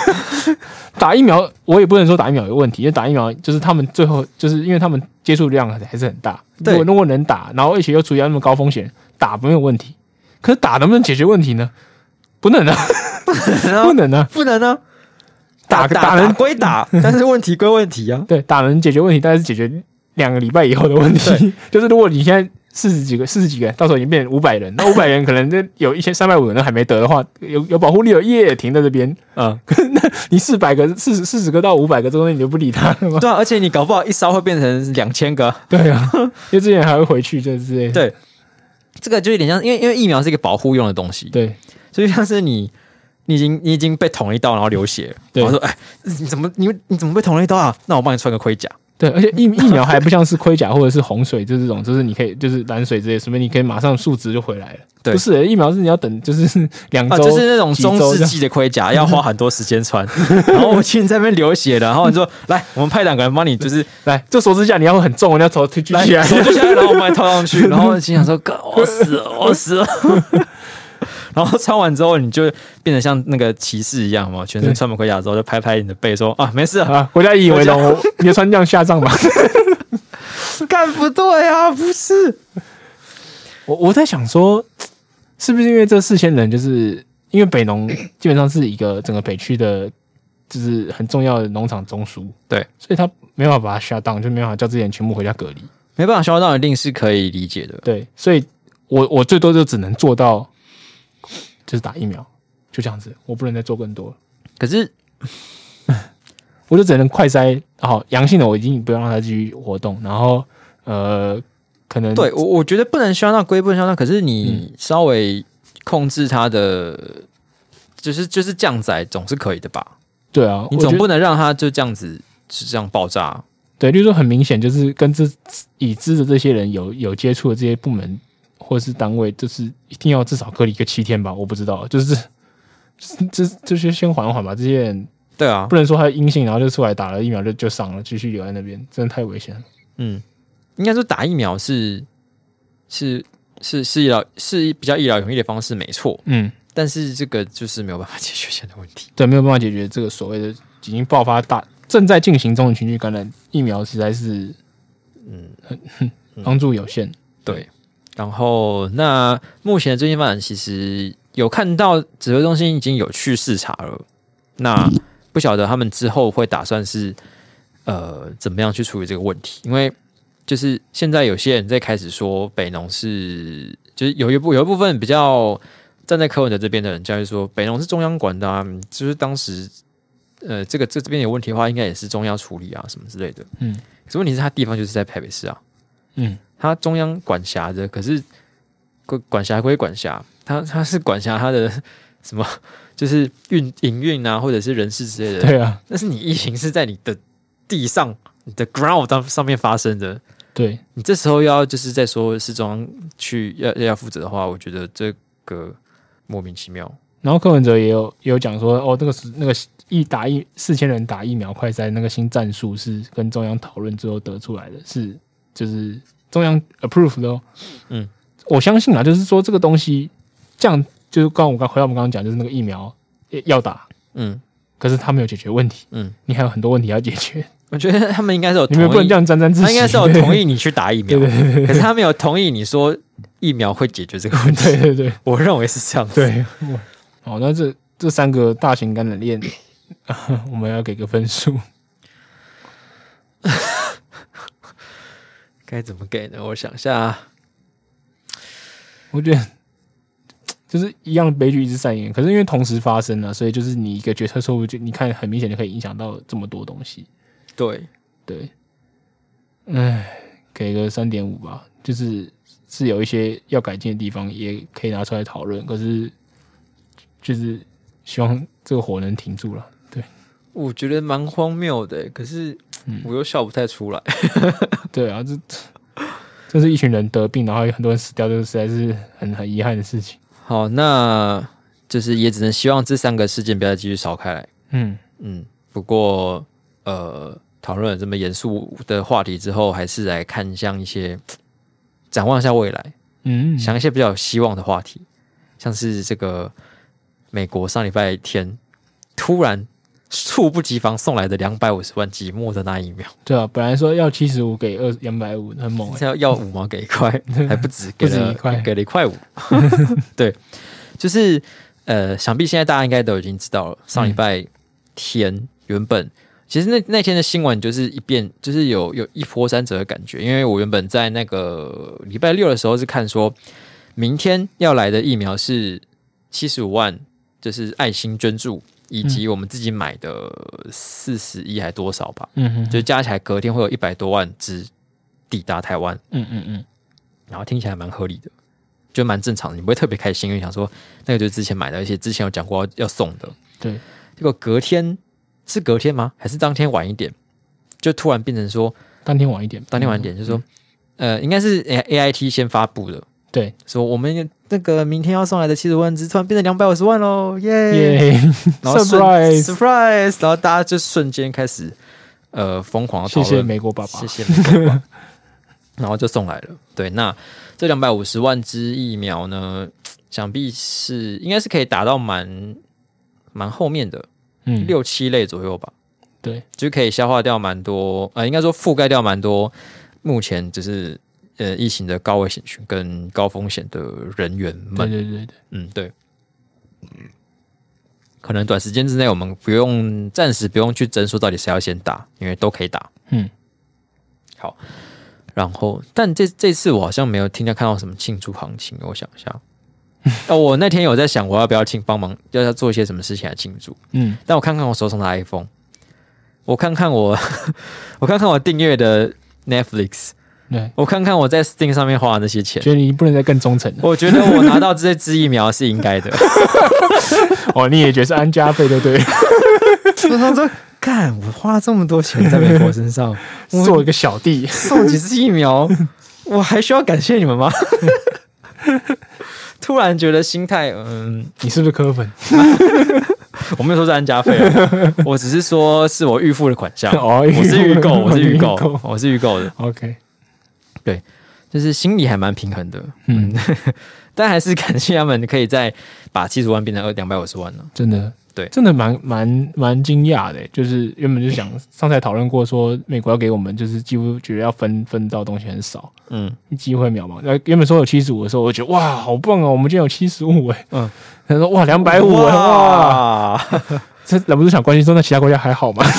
打疫苗我也不能说打疫苗有问题，因为打疫苗就是他们最后就是因为他们接触量还是很大，如对果如果能打，然后而且又处于那么高风险，打没有问题。可是打能不能解决问题呢？不能啊， 不能啊， 不能啊，打打打人归 打，但是问题归问题啊。对，打人解决问题，但是解决两个礼拜以后的问题。 就是如果你现在四十几个、四十几个，到时候已经变成五百人， 那五百人可能就有一千三百五人都还没得的话，有有保护力了，耶，停在这边。 嗯，你四百个、四十四十个到五百个中间，你就不理他 了吗？对啊，而且你搞不好一烧会变成两千个。对啊，因为之前还会回去，这之类的。对，这个就有点像，因为因为疫苗是一个保护用的东西，对所以像是你你已经你已经被捅了一刀，然后流血了，对然后说哎，你怎么你你怎么被捅了一刀啊？那我帮你穿个盔甲。对，而且疫疫苗还不像是盔甲或者是洪水这种，就是你可以就是蓝水之类，随便你可以马上数值就回来了。对不是、欸疫苗是你要等就是两周、啊，就是那种几中周这世样纪的盔甲，要花很多时间 穿。然后我今天在那边流血了，然后你说来，我们派两个人帮你，就是来，这手指甲你要很重，你要头推举来起来。手就下来，然后我们来套上 去。然后心想说，哥，我死了，我死 了。然后穿完之后，你就变得像那个骑士一样嘛，全身对穿满盔甲之后，就拍拍你的背说啊，没事 啊，啊，国家引以为荣，我 你就穿这样下葬吧。 干不对啊，不是，我我在想说，是不是因为这四千人，就是因为北 农基本上是一个整个北区的，就是很重要的农场中枢，对，所以他没办法把它下档，就没办法叫这些人全部回家隔离。没办法，消到一定是可以理解的。对，所以我我最多就只能做到，就是打疫苗，就这样子，我不能再做更多了。可是我就只能快筛，好阳性的我已经不要让他继续活动，然后呃，可能对我，我觉得不能消到归不能消到，可是你稍微控制它的，就是就是降载总是可以的吧？对啊，你我觉总得不能让它就这样子是这样爆炸。对，例如说很明显就是跟这已知的这些人有有接触的这些部门或是单位，就是一定要至少隔离个七天吧，我不知道，就是这这些先缓缓吧，这些人对啊不，能说他阴性，然后就出来打了疫苗就就上了，继续留在那边，真的太危险了。嗯，应该说打疫苗是是是是医疗是比较医疗容易的方式，没错。嗯，但是这个就是没有办法解决现在的问题。对，没有办法解决这个所谓的已经爆发大正在进行中的群聚感染，疫苗实在是嗯，帮助有限。对。然后那目前的最新发展，其实有看到指挥中心已经有去视察了。那不晓得他们之后会打算是呃怎么样去处理这个问题，因为就是现在有些人在开始说北农是，就是有一部有一部分比较站在柯文哲这边的人，就会说北农是中央管的、啊，就是当时呃这个这这边有问题的话，应该也是中央处理啊什么之类的。嗯，可是问题是他地方就是在台北市啊，嗯，他中央管辖的，可是管管辖归管辖，他他是管辖他的 什么，就是运营运啊，或者是人事之类的。对啊，但是你疫情是在你的地上、你的 ground 上上面发生的，对，你这时候要就是在说是中央去要要负责的话，我觉得这个莫名其妙。然后柯文哲也有也有讲说，哦，那个是那个一打疫四千人打疫苗快筛那个新战术是跟中央讨论之后得出来的，是就是中央 approve 的哦。嗯，我相信啊，就是说这个东西这样，就是刚我刚回到我们刚刚讲，就是那个疫苗也要打，嗯可是他没有解决问题，嗯，你还有很多问题要解决，我觉得他们应该是有你同们不能意这，样沾沾自喜。他应该是有同意你去打疫苗对，对可是他没有同意你说疫苗会解决这个问题。 对对对我认为是这样子。对，我哦，那这这三个大型感染链， 我们要给个分数。该怎么给呢？我想一下，啊我觉得就是一样的悲剧一直上演，可是因为同时发生了，所以就是你一个决策错误，就你看很明显就可以影响到这么多东西。对，对，唉，给个三点五吧，就是是有一些要改进的地方，也可以拿出来讨论。可是就是希望这个火能停住了。对我觉得蛮荒谬的，欸可是我又笑不太出来。对啊，这这是一群人得病，然后有很多人死掉，这个实在是很很遗憾的事情。好，那就是也只能希望这三个事件不要再继续烧开来。嗯，嗯，不过呃，讨论了这么严肃的话题之后，还是来看向一些展望一下未来，嗯，想一些比较有希望的话题，像是这个美国上礼拜天突然猝不及防送来的两百五十万剂莫德纳疫苗。对啊，本来说要七十五给二两百五，很猛、欸。要要五毛 给一块，还不止，给不止 了一块给了一块五。对，就是呃，想必现在大家应该都已经知道了，上礼拜天原本。其实那那天的新闻就是一变，就是有有一波三折的感觉。因为我原本在那个礼拜六的时候是看说，明天要来的疫苗是七十五万，就是爱心捐助，以及我们自己买的四十一还多少吧，嗯哼，就加起来隔天会有一百多万只抵达台湾，嗯嗯嗯，然后听起来蛮合理的，就蛮正常的。你不会特别开心，因为想说那个就是之前买的，而且之前有讲过要要送的。对，结果隔天是隔天吗？还是当天晚一点？就突然变成说当天晚一点，当天晚一点，就嗯是说，呃，应该是 A I T 先发布的，对，说我们那个明天要送来的七十万只，突然变成两百五十万喽，耶！耶 然后瞬，surprise， surprise，然后大家就瞬间开始呃疯狂的讨谢谢论，美国爸爸谢，谢美国爸爸 然后就送来了。对，那这两百五十万支疫苗呢，想必是应该是可以打到蛮蛮后面的嗯，六七类左右吧，对，就可以消化掉蛮多，呃，应该说覆盖掉蛮多目前就是呃疫情的高危险群跟高风险的人员对们。对对对，嗯，对。可能短时间之内，我们不用暂时不用去争说到底谁要先打，因为都可以打。嗯，然后，但这这次我好像没有听到看到什么庆祝行情，我想 一下。哦，我那天有在想，我要不要庆帮忙，要要做一些什么事情来庆祝？嗯，但我看看我手上的 iPhone，我看看我， 我看看我订阅的 Netflix，对，我看看我在 Steam 上面花的那些钱，觉得你不能再更忠诚了。我觉得我拿到这支疫苗是应该的。哦，你也觉得是安家费，对不对？ 我想说，干，我花了这么多钱在美国身 上，我做一个小弟，送几次疫苗，我还需要感谢你们 吗？突然觉得心态，嗯，你是不是科 粉？我没有说是安家费 啊，我只是说是我预付的款项，哦我是预购，我是预购预购，我是预购的， OK，就是心里还蛮平衡的，嗯，但还是感谢他们可以再把七十万变成二两百五十万呢。真的，对真的蛮蛮蛮惊讶的，就是原本就想上次还讨论过说，美国要给我们就是几乎觉得要分分到东西很少，嗯，机会渺茫。呃那原本说有七十五的时候，我就觉得哇，好棒哦，我们竟然有七十五哎，嗯嗯，他说哇两百五哎，哇，哇，这忍不住想关心说，那其他国家还好吗？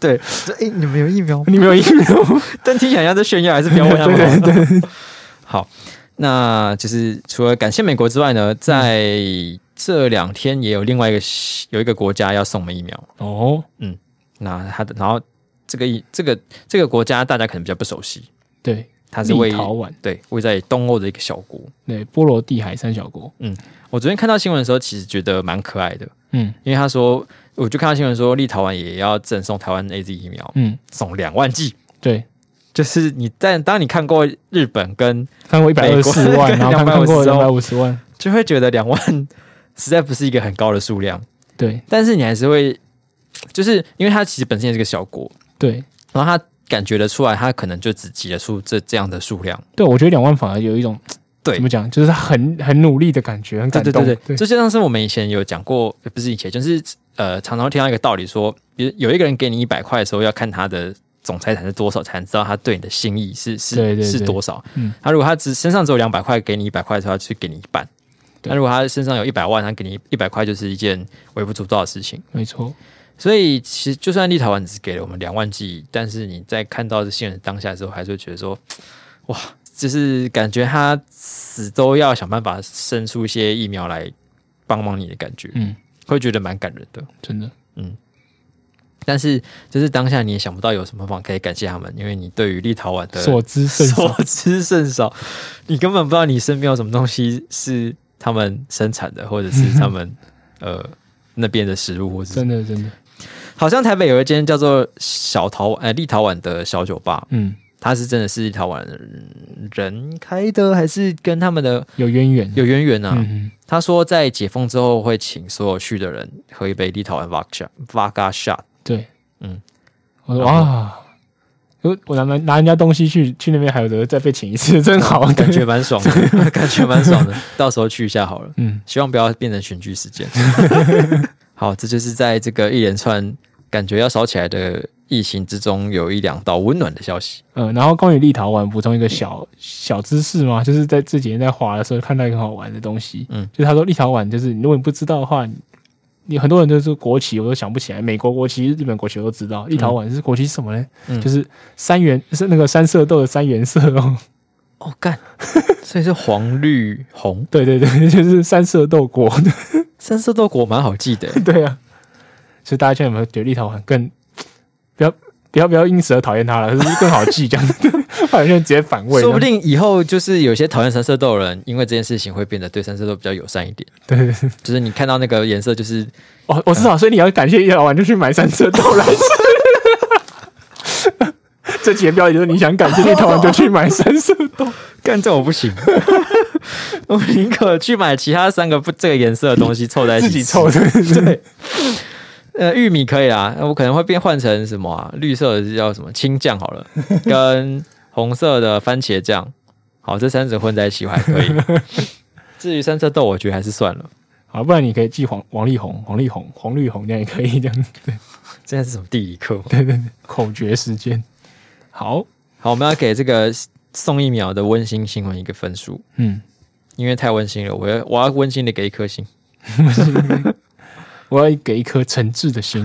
对，哎、诶你们有疫苗吗？你没有疫苗，但听起来像在炫耀，还是不要问 他们。 对对好，那就是除了感谢美国之外呢，在这两天也有另外一个有一个国家要送我们疫苗。 哦，那它的然后这个疫这个这个国家大家可能比较不熟悉，对，它是位立陶宛，对位在东欧的一个小国。对，波罗的海三小国，我昨天看到新闻的时候，其实觉得蛮可爱的，嗯因为他说，我就看到新闻说立陶宛也要赠送台湾 A Z 疫苗，嗯，送两万剂。对。就是你但当你看过日本跟看过一百美二国十万，跟然后看看过250两百五十万，就会觉得两万 实在不是一个很高的数量，对但是你还是会，就是因为它其实本身也是个小国，对然后它感觉得出来，它可能就只挤得出这这样的数量。对，我觉得两万反而有一种对怎么讲，就是他很很努力的感觉，很对感对动。对对，这就像是我们以前有讲过，呃不是以前，就是呃，常常听到一个道理说，比如有一个人给你一百块的时候，要看他的总财产是多少，才能知道他对你的心意是是对对对是多少。嗯他如果他只身上只有两百块，给你一百块的时候，他去给你一半。对那如果他身上有一百万，他给你一百块，就是一件微不足道的事情。没错，所以其实就算立陶宛只给了我们两万剂，但是你在看到这些人当下的时候，还是会觉得说，哇，就是感觉他死都要想办法生出一些疫苗来帮忙你的感觉，嗯，会觉得蛮感人的。真的，但是就是当下你也想不到有什么方法可以感谢他们，因为你对于立陶宛的所知甚少。所知甚少，你根本不知道你身边有什么东西是他们生产的，或者是他 们呃那边的食物，或者是真的真的，好像台北有一间叫做小陶呃立陶宛的小酒吧，嗯，它是真的是立陶宛人开的，还是跟他们的有渊源，有渊源啊？嗯他说在解封之后会请所有去的人喝一杯立陶宛 vodka vodka shot，对，嗯嗯，我说然后哇，我我拿拿拿人家东西去去那边，还有得再被请一次， 真好，感觉蛮爽的，感觉蛮爽的，到时候去一下好了。嗯，希望不要变成选举事件。好，这就是在这个一连串感觉要烧起来的疫情之中有一两道温暖的消息。嗯，然后关于立陶宛补充一个小小知识嘛，就是在这几天在滑的时候看到一个很好玩的东西，嗯，就是他说立陶宛就是如果你不知道的话，你你很多人就是国旗我都想不起来，美国国旗、日本国旗我都知道，立陶宛是国旗是什么呢？嗯就是三元是那个三色豆的三原色哦， 哦，干， 所以是黄绿红对对 对，就是三色豆国，三色豆果，蛮好记 的。对啊，所以大家现在有没有觉得立陶宛更不要不要不要因此而讨厌他了，就是更好记这样子，好像直接反胃，说不定以后就是有些讨厌三色豆的人，因为这件事情会变得对三色豆比较友善一点。对对对。就是你看到那个颜色，就是我我知道，所以你要感谢叶老板，就去买三色豆来吃。 这几个标题就是你想感谢叶老板，就去买三色豆。干这我不 行，我宁可去买其他三个不这个颜色的东西凑在一起自吃，己凑的，对。呃，玉米可以啦，我可能会变换成什么啊？绿色的叫什么青酱好 了，跟红色的番茄酱，好，这三者混在一起我还可以。 至于三色豆，我觉得还是算了。好，不然你可以记黄王力宏、黄力宏、黄绿红，这样也可以。这样子现在是什么地理课吗？口诀时间。好，好，我们要给这个送疫苗的温馨新闻一个分数，嗯，因为太温馨了，我要我要温馨的给一颗 星。我要给一颗诚挚的心。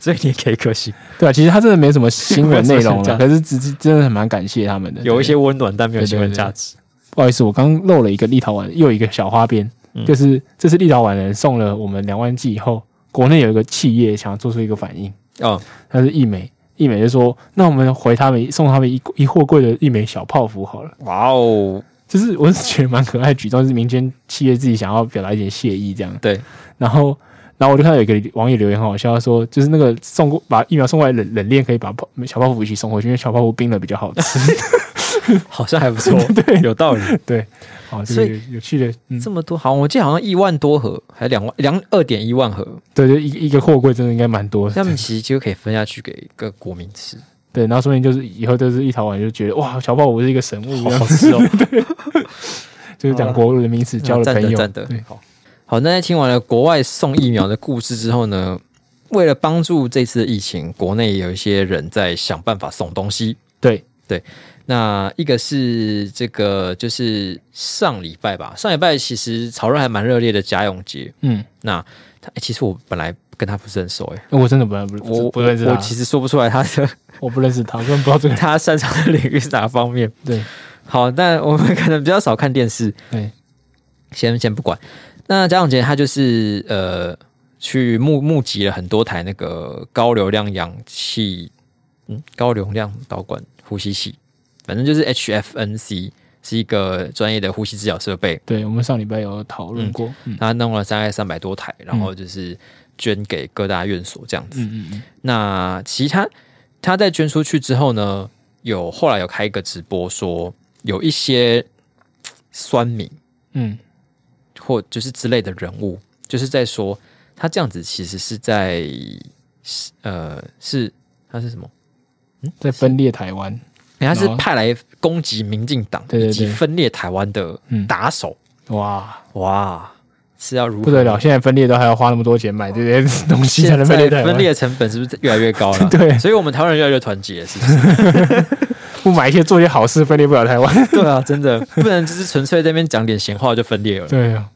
所以你也给一颗星，对啊，其实他真的没 什么新闻内容为什了，么可是只是真的很蛮感谢他们的。有一些对温暖，但没有新闻价值。不好意思，我刚漏了一个立陶宛，又一个小花边，嗯就是这是立陶宛人送了我们两万剂以后，国内有一个企业想要做出一个反应。哦，他是一美，一美就说：“那我们回他们送他们一一货柜的一美小泡芙好了。哇哦，”就是我是觉得蛮可爱的举动，就是民间企业自己想要表达一点谢意这样。对，然后，然后我就看到有一个网友留言很好笑，他说就是那个送过把疫苗送过来冷冷链，可以把泡小泡芙一起送回去，因为小泡芙冰的比较好 吃。好像还不错， 对，有道理。哦，所这个以有有趣的，嗯，这么多，好，我记得好像一万多盒，还两万两二点一万盒，对对，一个一个货柜真的应该蛮多他的。们其实就可以分下去给各国民吃，对，然后说明就是以后就是一陶宛就觉得哇，小泡芙是一个神物，好然好后 吃哦。就是讲国人名词交了赞朋的友，赞的对，好。好，那在听完了国外送疫苗的故事之后呢，为了帮助这次的疫情，国内有一些人在想办法送东西。对对，那一个是这个就是上礼拜吧，上礼拜其实讨论还蛮热烈的贾永杰。嗯，那他、欸其实我本来跟他不是很熟诶、欸我真的不认不我不不认识我我他，其实说不出来他的 我不认识他，我根本不知道这个人。他擅长的领域是哪方面。对好，但我们可能比较少看电视，对，先先不管。那贾永杰他就是呃，去募募集了很多台那个高流量氧气，嗯，高流量导管呼吸器，反正就是 HFNC 是一个专业的呼吸治疗设备。对，我们上礼拜有讨论过。嗯他弄了大概三百多台，然后就是捐给各大院所这样子。嗯嗯那其他他在捐出去之后呢，有后来有开一个直播说，有一些嘖酸民嗯或就是之类的人物，就是在说他这样子其实是在是呃是他是什么？哎嗯，在分裂台湾。诶他是然后派来攻击民进党哦对对以及对分裂台湾的嗯打手。哇，哇，是要如何不得了！现在分裂都还要花那么多钱买这些东西才现在能分裂台湾，分裂成本是不是越来越高 了？对所以我们台湾人越来越团结，是不 是？不买一些做一些好事，分裂不了台 湾。对啊，真的不能就是纯粹在那边讲点闲话就分裂了。对啊，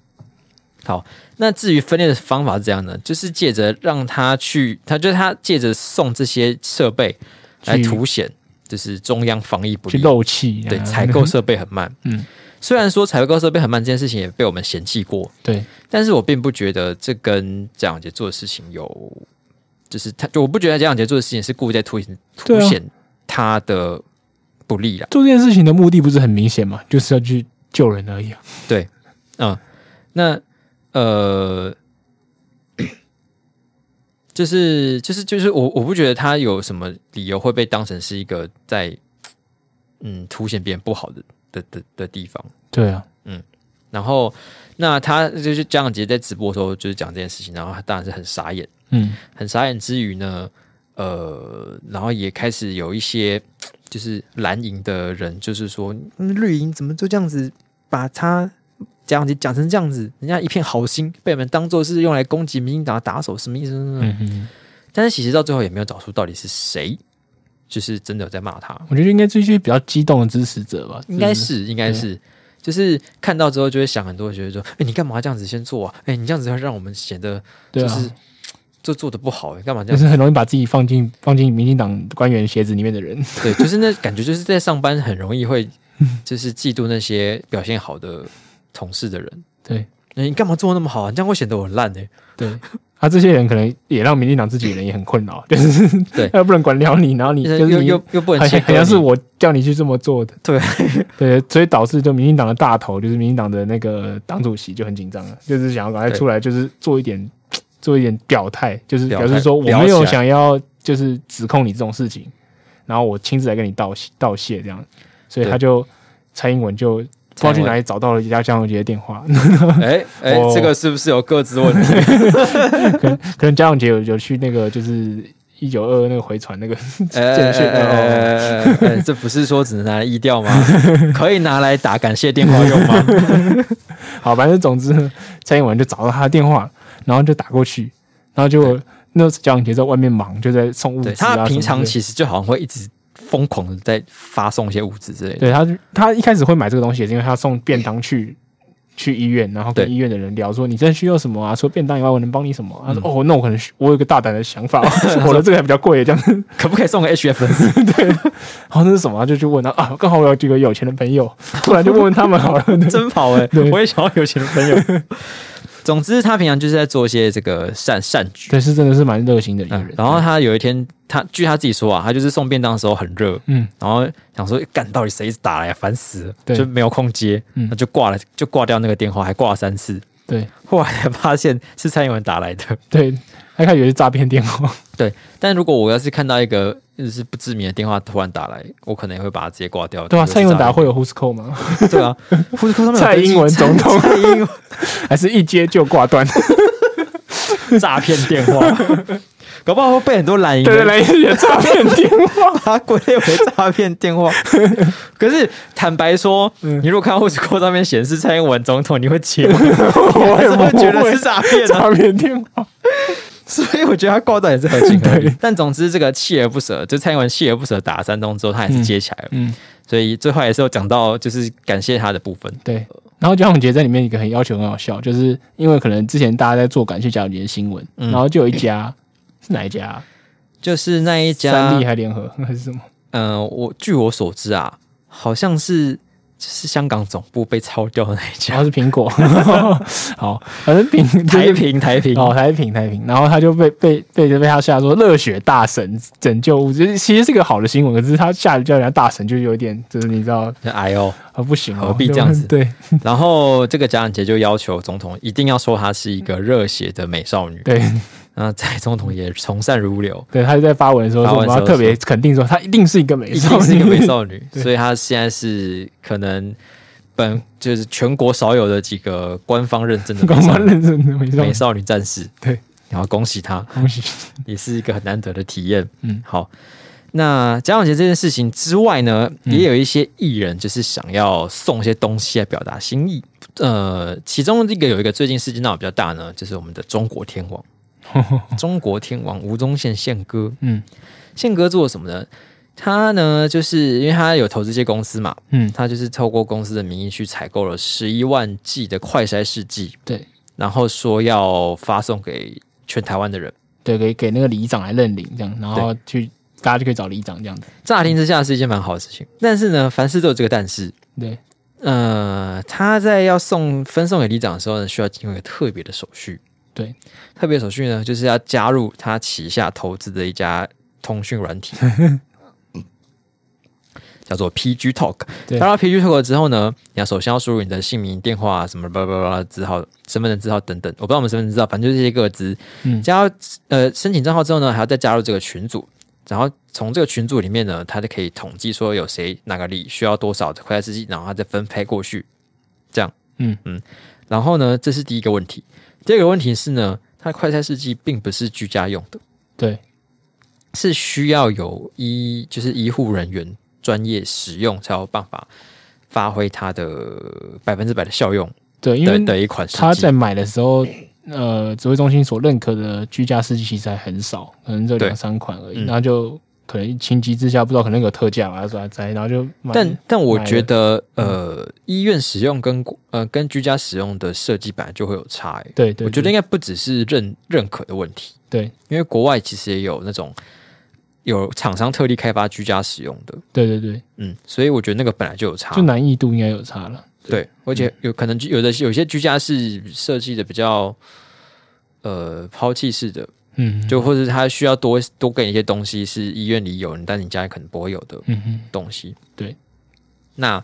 好，那至于分裂的方法是怎样呢？就是借着让他去，他就是他借着送这些设备来去凸显，就是中央防疫 不去力。漏气啊，对，采购设备很慢。嗯，虽然说采购设备很慢这件事情也被我们嫌弃过， 对但是我并不觉得这跟贾永杰做的事情有，就是他，就我不觉得贾永杰做的事情是故意在凸显对凸啊显他的不利啦。做这件事情的目的不是很明显嘛，就是要去救人而已啊。嗯，那呃，就是就是就是我我不觉得他有什么理由会被当成是一个在嗯凸显别人不好的的的的地方。对啊，然后那他就是江永杰在直播的时候就是讲这件事情，然后他当然是很傻眼，嗯，很傻眼之余呢，呃，然后也开始有一些就是蓝营的人，就是说、嗯、绿营怎么就这样子把他讲讲成这样子，人家一片好心被我们当做是用来攻击民进党的打手，什么意思？什么意思嗯嗯，但是其实到最后也没有找出到底是谁，就是真的有在骂他。我觉得应该是一些比较激动的支持者吧，应该，就是应该嗯是，就是看到之后就会想很多，觉得说，哎、你干嘛这样子先做啊？哎、你这样子会让我们显得对就啊，是、就做的不好、哎你干嘛这就样子？是很容易把自己放进放进民进党官员鞋子里面的人。对，就是那感觉就是在上班很容易会就是嫉妒那些表现好的同事的人。对哎你干嘛做那么好、啊？你这样会显得我很烂哎、对，啊，这些人可能也让民进党自己的人也很困扰，就是 对他又不能管了你，然后你就是就是又你又又不能好切像割好像是你我叫你去这么做的，对对，所以导致就民进党的大头，就是民进党的那个党主席就很紧张了，就是想要赶快对出来，就是做一点做一点表态，就是表表示态说我聊没有起来想要就是指控你这种事情，然后我亲自来跟你道谢道谢这样，所以对他就蔡英文就不知道去哪里找到了家江宏杰的电话，哎哎，哦这个是不是有各自问 题？可能江宏杰有有去那个就是一九二那个回传那个哎建设哎哎哎哎哎哎这不是说只能拿来移调吗？ 可以拿来打感谢电话用 吗？好，反正总之呢，蔡英文就找到他的电话，然后就打过去，然后就那蒋永杰在外面忙，就在送物资对啊什么他的。平常其实就好像会一直疯狂的在发送一些物资之类的。对他他一开始会买这个东西，也是因为他送便当去。去医院，然后跟对医院的人聊说你真的需要什么啊？除了便当以外，我能帮你什么啊？他嗯说、哦，那我可能需我有个大胆的想法，哦 我的这个还比较贵，这样。 可不可以送个 HFS？然后那是什么啊、就去问他啊，刚好我有几个有钱的朋友，不然就问问他们好 了。对真跑哎、对我也想要有钱的 朋友。总之，他平常就是在做一些这个善善举。对，是真的是蛮热心的一个嗯人。，然后他有一天，他据他自己说啊，他就是送便当的时候很热，嗯，然后想说干到底谁一直打来、啊，烦死了，对就没有空接，嗯那就挂了，就挂掉那个电话，还挂了三次。对后来才发现是蔡英文打来的。对，他开始以为是诈骗电话，对， 但如果我要是看到一个就是不知名的电话突然打来，我可能也会把它直接挂掉。对啊，这个是蔡英文打诈的会有 Who's Call 吗？骗对 啊，呼斯科上面有蔡登记英文总统 蔡英文 还是一接就挂断？诈骗电话， 搞不好会被很多蓝营对 对，人来一些诈骗 电话。把它归类为诈骗 电话。可是坦白说，嗯你如果看到 Who's Call 上面显示蔡英文总统，你会接吗？我还也是会不觉得是诈 骗啊？诈骗电话。所以我觉得他挂断也是合情合理对。但总之，这个锲而不舍，就蔡英文锲而不舍打了三通之后，他还是接起来了。嗯，所以最后也是有讲到，就是感谢他的部分。对。然后江永杰在里面一个很要求很好笑，就是因为可能之前大家在做感谢江永杰的新闻，嗯然后就有一家是哪一家啊？就是那一家三，立还联合还是什么？嗯、我据我所知啊，好像是就是香港总部被抄掉的那一然家，后是苹 果。好，反正 苹台哦就是平台平，哦，台平台平，然后他就被被被被他下说热血大神拯救物资，就是其实是个好的新闻，可是他下叫人家大神，就有点就是你知道哎呦，啊不行哦，何必这样 子对然后这个蒋永杰就要求总统一定要说她是一个热血的美少女。对那蔡总统也从善 如流，对，他就在发文的时候发说我文们的时候要特别肯定说他一定是一个美一少定女，是一个美 少女，对所以她现在是可能本就是全国少有的几个官方认证的美干少嘛女认真的美少美女？少女战士。对，然后恭喜她，恭喜！也是一个很难得的体验。嗯好。那蒋永杰这件事情之外呢，嗯也有一些艺人就是想要送一些东西来表达心意。呃，其中这个有一个最近事件闹得比较大呢，就是我们的中国天 王，中国天王吴宗宪宪哥，嗯宪哥做了什么呢？他呢，就是因为他有投资一些公司嘛，嗯，他就是透过公司的名义去采购了十一万剂的快筛试剂，对然后说要发送给全台湾的人。对，给给那个里长来认领这样，然后去大家就可以找里长这样子。乍听之下是一件蛮好的事情，但是呢，凡事都有这个但是。对，呃，他在要送分送给里长的时候呢，需要经过一个特别的手续。对，特别的手续呢，就是要加入他旗下投资的一家通讯软 体，叫做 PG Talk。对加入 PG Talk 之后呢，你要首先要输入你的姓名、电话、什么巴拉巴拉字号、身份证字号等等。我不知道我们身份证字号，反正就是这些个资。嗯加入呃申请账号之后呢，还要再加入这个群组。然后从这个群组里面呢，他就可以统计说有谁哪个里需要多少的快乐司机，然后他再分配过去，这样，嗯嗯。然后呢，这是第一个问题。第二个问题是呢，它的快餐试剂并不是居家用的，对是需要有医就是医护人员专业使用才有办法发挥它的百分之百的效用对，因的为的一款试他剂在。买的时候，呃指挥中心所认可的居家湿机器材很少，可能就对两三款而已，嗯然后就可能情急之下不知道可能有特价啊嘛，抓摘，然后就买但但我买觉了嗯得，呃，医院使用跟呃跟居家使用的设计本来就会有差、欸。对对，我觉得对应该不只是认认可的问题，对因为国外其实也有那种有厂商特地开发居家使用的，对对对，嗯，所以我觉得那个本来就有差就。难易度应该有差了。对，而且有可能居有的有些居家是设计的比较呃抛弃式的，嗯，就或者它需要多多给你一些东西是医院里有，但你家里可能不会有的嗯哼，东西。对，那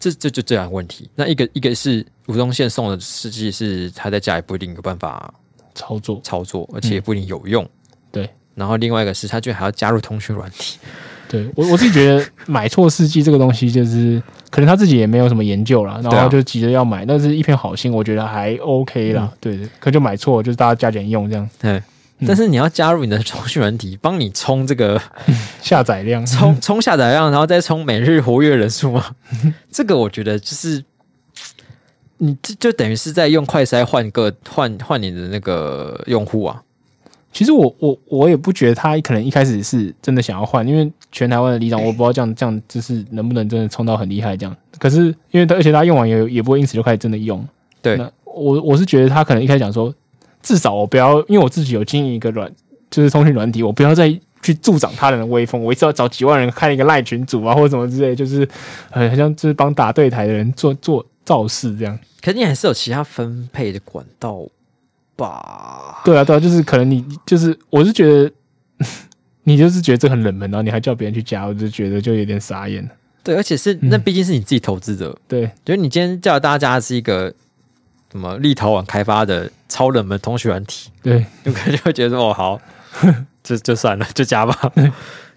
这这就这两个问题。那一个一个是吴宗宪送的试剂是他在家里不一定有办法操作操作，而且也不一定有用。嗯对。然后另外一个是他居然还要加入通讯软体，对我我自己觉得买错试剂这个东西，就是可能他自己也没有什么研究啦，然对啊后就急着要买，但是一片好心，我觉得还 OK 啦。嗯对对，可就买错，就是大家加减用这样，对。 但是你要加入你的通讯软体，帮你冲这个下载量冲冲下载量，然后再冲每日活跃人数吗？ 这个我觉得就是，你这就等于是在用快筛换个换换你的那个用户啊。其实我我我也不觉得他可能一开始是真的想要换，因为全台湾的里长，我不知道这样这样就是能不能真的冲到很厉害这样。可是因为他而且他用完也也不会因此就开始真的用。对那我我是觉得他可能一开始讲说，至少我不要，因为我自己有经营一个软，就是通讯软体，我不要再去助长他人的威风。我一次要找几万人开一个赖群组啊，或者什么之类，就是呃，好像就是帮打对台的人做做造势这样。可是你还是有其他分配的管道吧？对啊，对啊，就是可能你就是，我是觉得 你就是觉得这很冷门，然后你还叫别人去加，我就觉得就有点傻眼了。对，而且是那毕竟是你自己投资的，对就是你今天叫大家是一个什么立陶宛开发的超冷门通讯软体，对有可能就会觉得哦好，就就算了，就加吧。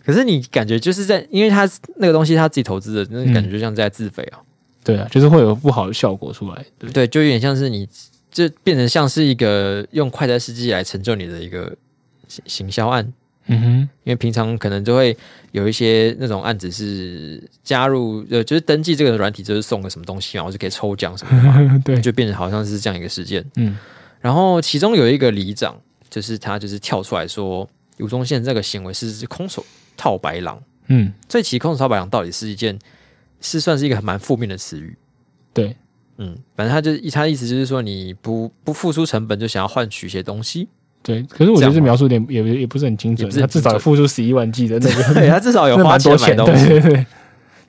可是你感觉就是在，因为他那个东西他自己投资的，那感觉就像在自肥啊。对啊，就是会有不好的效果出来。对对，就有点像是你，就变成像是一个用快餐司机来成就你的一个行行销案。嗯 哼，因为平常可能就会有一些那种案子是加入呃，就是登记这个软体就是送个什么东西嘛，然后就可以抽奖什么的嘛，对，就变成好像是这样一个事件。嗯然后其中有一个里长，就是他就是跳出来说，吴宗宪这个行为是空手套白狼。嗯，所以其实空手套白狼到底是一件是算是一个蛮负面的词语。对，嗯，反正他就是一他的意思就是说你不不付出成本就想要换取一些东西， 对。可是我觉得这这样吗描述有点也也不是很精准也，不是他很至少精有准付出十一万 G 的那个，对他至少 有那花蛮多买钱，东西。对对对。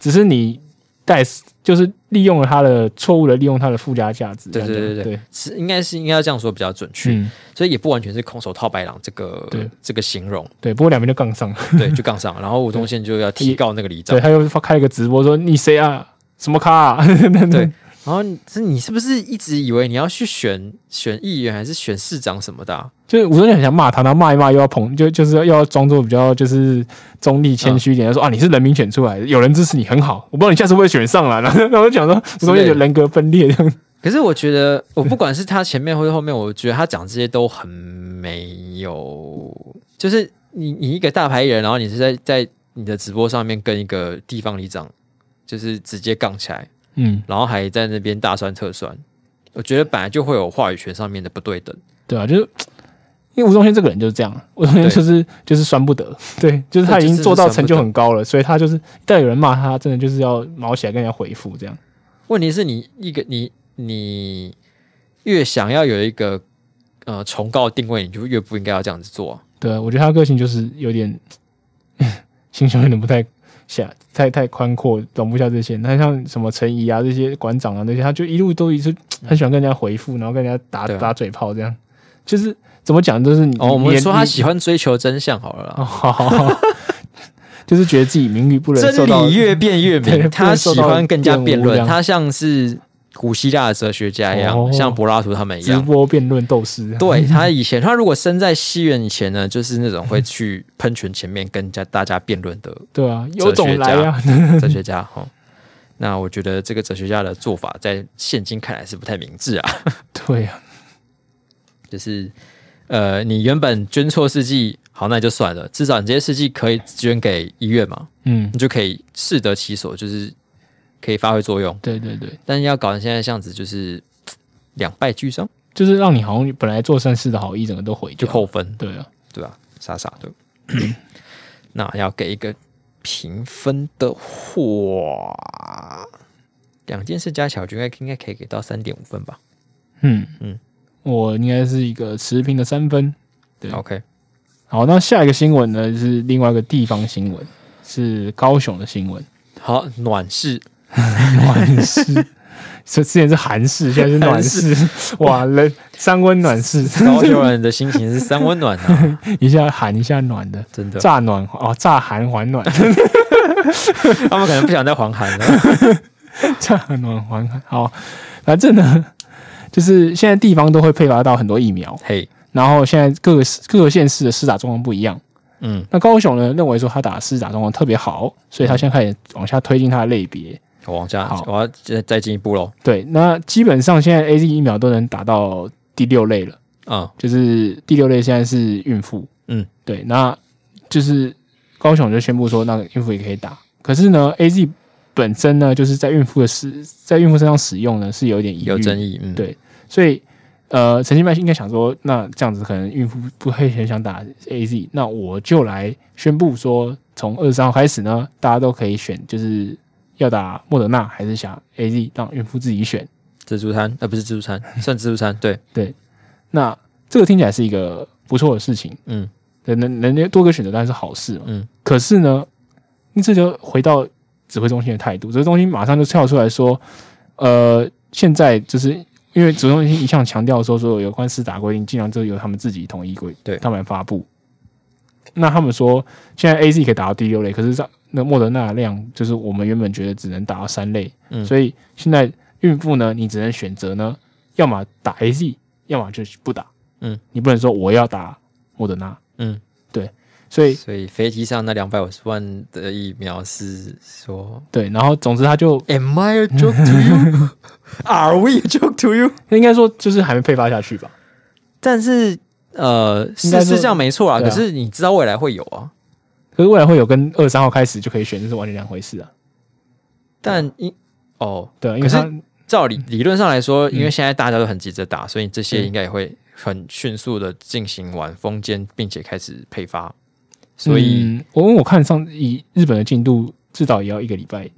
只是你带就是利用了他的错误的利用他的附加价值，对这样对讲对对，是应该是应该要这样说比较准确，嗯所以也不完全是空手套白狼这个对这个形容，对。不过两边就杠上了，对，就杠上了。然后吴宗宪就要提告那个里长对，，他又发开了个直播说你谁啊，什么咖啊， 对，然后你是你是不是一直以为你要去选选议员还是选市长什么的、啊？就是我真的很想骂他，然后骂一骂又要捧，就就是要要装作比较就是中立谦虚一点，说啊你是人民选出来的，有人支持你很好，我不知道你下次会不会选上了。 然后然后我就讲说，我中间有人格分裂这样。可是我觉得，我不管是他前面或者后面，我觉得他讲这些都很没有，就是你你一个大牌艺人，然后你是在在你的直播上面跟一个地方里长就是直接杠起来，嗯，然后还在那边大酸特酸，我觉得本来就会有话语权上面的不对等。对啊，就是因为吴宗宪这个人就是这样，吴宗宪就是就是酸不得，对，就是他已经做到成就很高了，所以他就是一旦有人骂他，真的就是要毛起来跟人家回复这样。问题是你一个你你越想要有一个呃崇高的定位，你就越不应该要这样子做、啊。对啊，我觉得他个性就是有点 心胸有点不太下，太太宽阔，容不下这些。那像什么陈怡啊这些馆长啊那些，他就一路都一直很喜欢跟人家回复，然后跟人家打、嗯对啊打嘴炮，这样就是怎么讲，就是你哦，我你们也说他你喜欢追求真相好了啦哦，。好好好， 就是觉得自己名誉不能受真到理越辩越 对不明，能他喜欢跟人家辩受到玷污这论，样他像是古希腊的哲学家一样，哦像柏拉图他们一直样。播辩论斗士。对他以前，他如果生在西元以前呢，就是那种会去喷泉前面跟人家大家辩论的对啊，有种来呀、啊！ 哲学家哈。那我觉得这个哲学家的做法，在现今看来是不太明智啊。对啊，就是呃，你原本捐错试剂，好，那也就算了，至少你这些试剂可以捐给医院嘛，嗯，你就可以适得其所，就是可以发挥作用。对对对，但是要搞成现在这样子，就是两败俱伤。就是让你好像本来做善事的好意，整个都毁就掉。扣分，对啊，对吧、傻傻的。 那要给一个评分的话，两件事加起来，我觉得应该应该可以给到三点五分吧。嗯嗯嗯，我应该是一个持平的三分。对 OK，好，那下一个新闻呢是另外一个地方新闻，是高雄的新闻，好，暖室暖室。 这之前是韩式，现在是暖室， 哇，人三温暖室，高雄人的心情是三温暖啊， 一下寒一下暖的，真的，乍暖哦，乍寒还暖，他们可能不想再还寒了。乍暖还寒。好，反正呢， 就是现在地方都会配发到很多疫苗，嘿、然后现在各个市各个县市的施打状况不一样。嗯，那高雄呢，认为说他打施打状况特别好，所以他现在开始往下推进他的类别。我往下好，我要再再进一步喽。对，那基本上现在 A Z 疫苗都能打到第六类了，嗯，就是第六类现在是孕妇。嗯，对，那就是高雄就宣布说，那个孕妇也可以打。可是呢，A Z 本身呢，就是在孕妇的使在孕妇身上使用呢是有点疑虑有争议，嗯，对所以呃，陈信麦应该想说，那这样子可能孕妇不会很想打 A Z，那我就来宣布说，从二十三号开始呢，大家都可以选，就是要打莫德纳还是想 A Z，让孕妇自己选。自助餐，呃，不是自助 餐，算自助餐，对，那这个听起来是一个不错的事情，嗯，对能能多个选择当然是好事嘛，嗯。可是呢，这就回到指挥中心的态度，指挥中心马上就跳出来说，呃，现在就是因为指挥中心一向强调说，所有有关施打规定，尽量都由他们自己统一规，对他们来发布。那他们说，现在 A Z 可以打到第六类，可是这那莫德纳的量就是我们原本觉得只能打到三类，嗯所以现在孕妇呢，你只能选择呢，要么打 A Z，要么就不打。嗯，你不能说我要打莫德纳，嗯，所以所以飞机上那两百五十万的疫苗是说对，然后总之他就，Am I a joke to you? Are we a joke to you? 应该说就是还没配发下去吧？但是呃，是应该说是这样没错啊，对可啊是你知道未来会有啊，可是未来会有跟二三号开始就可以选，这是完全两回事啊。但因哦，对啊，因为可是他照理理论上来说，因为现在大家都很急着打，所以这些应该也会很迅速的进行完封监，并且开始配发，所以。嗯我问我看上以日本的进度，至少也要一个礼拜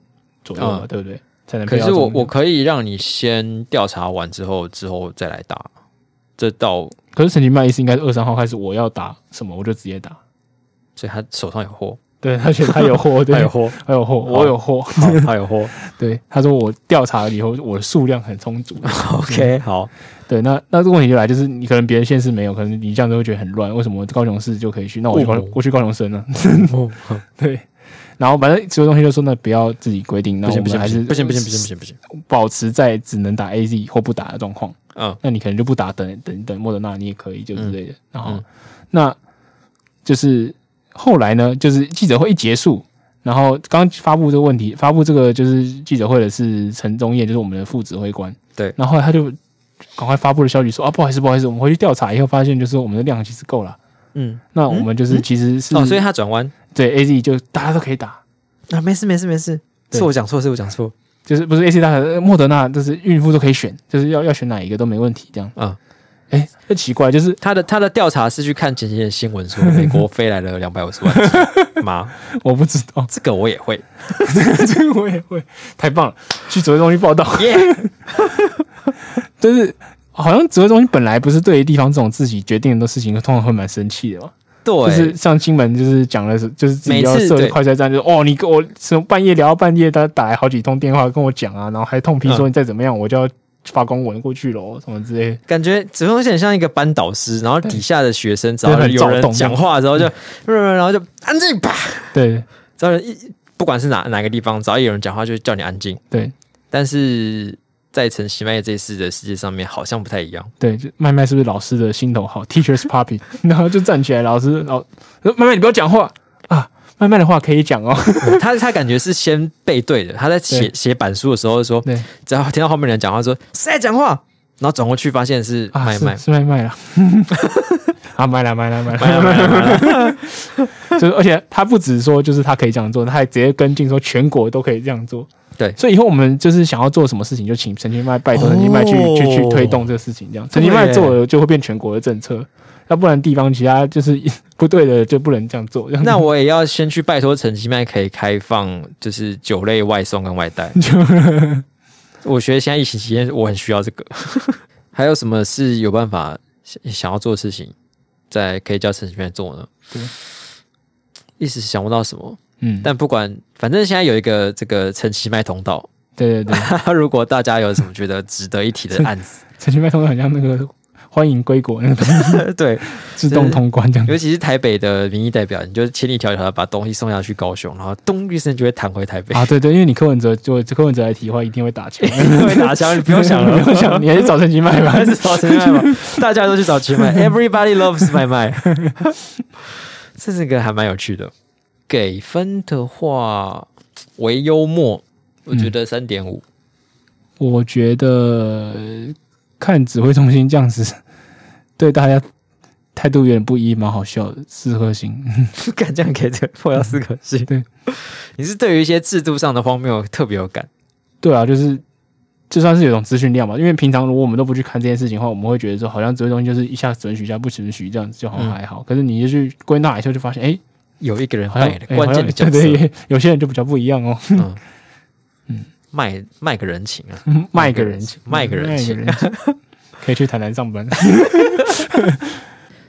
左右嘛，嗯对不对？才能可配到是我中我可以让你先调查完之后，之后再来打。这到可是陈情麦意思应该是二三号开始，我要打什么我就直接打。所以他手上有货，对他觉得他有货，对， 他有货，还有货，我有货。好他有货。对，他说我调查了以后，我的数量很充 足。 OK，好，嗯对，那那这个问题就来，就是你可能别的县市没有，可能你这样子会觉得很乱。为什么高雄市就可以去？那我去高哦雄，我去高雄生呢？ 嗯 对，然后反正指挥中心就说，那不要自己规定，那不我行们不行还是不行不行不行不行不行，保持在只能打 A Z 或不打的状况。嗯那你可能就不打，等等等莫德纳你也可以，就之类的。然后、嗯那就是后来呢，就是记者会一结束，然后刚发布这个问题，发布这个就是记者会的是陈宗彦，就是我们的副指挥官。对然后后来他就赶快发布了消息说啊，不好意思不好意思，我们回去调查以后发现，就是我们的量其实够了。嗯，那我们就是其实是、哦，所以他转弯对 A Z 就大家都可以打，啊，没事没事没事，对是我讲错，是我讲错，就是不是 A C 大和莫德纳，就是孕妇都可以选，就是要要选哪一个都没问题这样。嗯。哎，这奇怪，就是他的他的调查是去看前几天的新闻，说美国飞 来了两百五十万只妈，我不知道，这个我也会，这 个我也会，太棒了，去指挥中心报道。耶， 但是好像指挥中心本来不是对于地方这种自己决定的事情，通常会蛮生气的嘛。就是对，像金门就是讲了是，就是自己每要次设对立快筛站，就是哦，你跟我什么半夜聊到半夜，他打来好几通电话跟我讲啊，然后还痛批嗯说你再怎么样我就要发公文过去喽，什么之类的。感觉指挥中心很像一个班导师，然后底下的学生只要对很有人躁动讲话之后就， 然后就安静吧，对只要人一不管是哪哪个地方，只要有人讲话就叫你安静。对但是在陈其迈这一次的世界上面好像不太一 样，对，就麦麦是不是老师的心头好？Teacher's puppy，然后就站起来，老师老麦麦你不要讲话啊，麦麦的话可以讲哦。他他感觉是先背对的，他在写对写板书的时候说，对只要听到后面的人讲话说谁在讲话，然后转过去发现是啊，卖是卖是卖卖了， 啊卖了卖了卖卖了了卖了卖了， 就是而且他不只说就是他可以这样做，他还直接跟进说全国都可以这样做。对所以以后我们就是想要做什么事情，就请陈其迈拜托哦陈其迈去、去去推动这个事情，这样陈其迈做了就会变全国的政策，那不然地方其他就是 不对的就不能这样做。 这样那我也要先去拜托陈其迈可以开放，就是酒类外送跟外 带。我觉得现在疫情期间我很需要这 个。还有什么是有办法想想要做的事情，在可以叫陈其迈做呢对？一时想不到什么，嗯，但不管，反正现在有一个这个陈其迈通道。 对对对，如果大家有什么觉得值得一提的案 子，陈其迈通常很像那个欢迎归国那个 对，自动通关这样。尤其是台北的民意代表，你就千里迢迢的把东西送下去高雄，然后咚一声就会弹回台北，啊，对对，因为你柯文哲就柯文哲来提的话，一定会打枪。会打枪， 你不用 想了，不用想，你还是找陈其迈吧 还。是找陈麦 吧，大家都去找陈麦，Everybody loves 麦麦。 这是个还蛮有趣的。给分的话，为幽默，我觉得三点五。 我觉得呃看指挥中心这样子，对大家态度有点不一，蛮好笑的。四颗星， 敢这样给这个我要四颗星。对，你是对于一些制度上的荒谬特别有感。对啊，就是就算是有种资讯量吧，因为平常如果我们都不去看这件事情的话，我们会觉得说好像指挥中心就是一下子准许，一下不准许，这样子就好像嗯还好。可是你就去归纳一下，就发现哎、有一个人好像扮演的关键的哎角好像对色，对，有些人就比较不一样哦，嗯卖卖个人情啊，卖个人情， 卖个人情嗯卖个人 情可以去台南上班。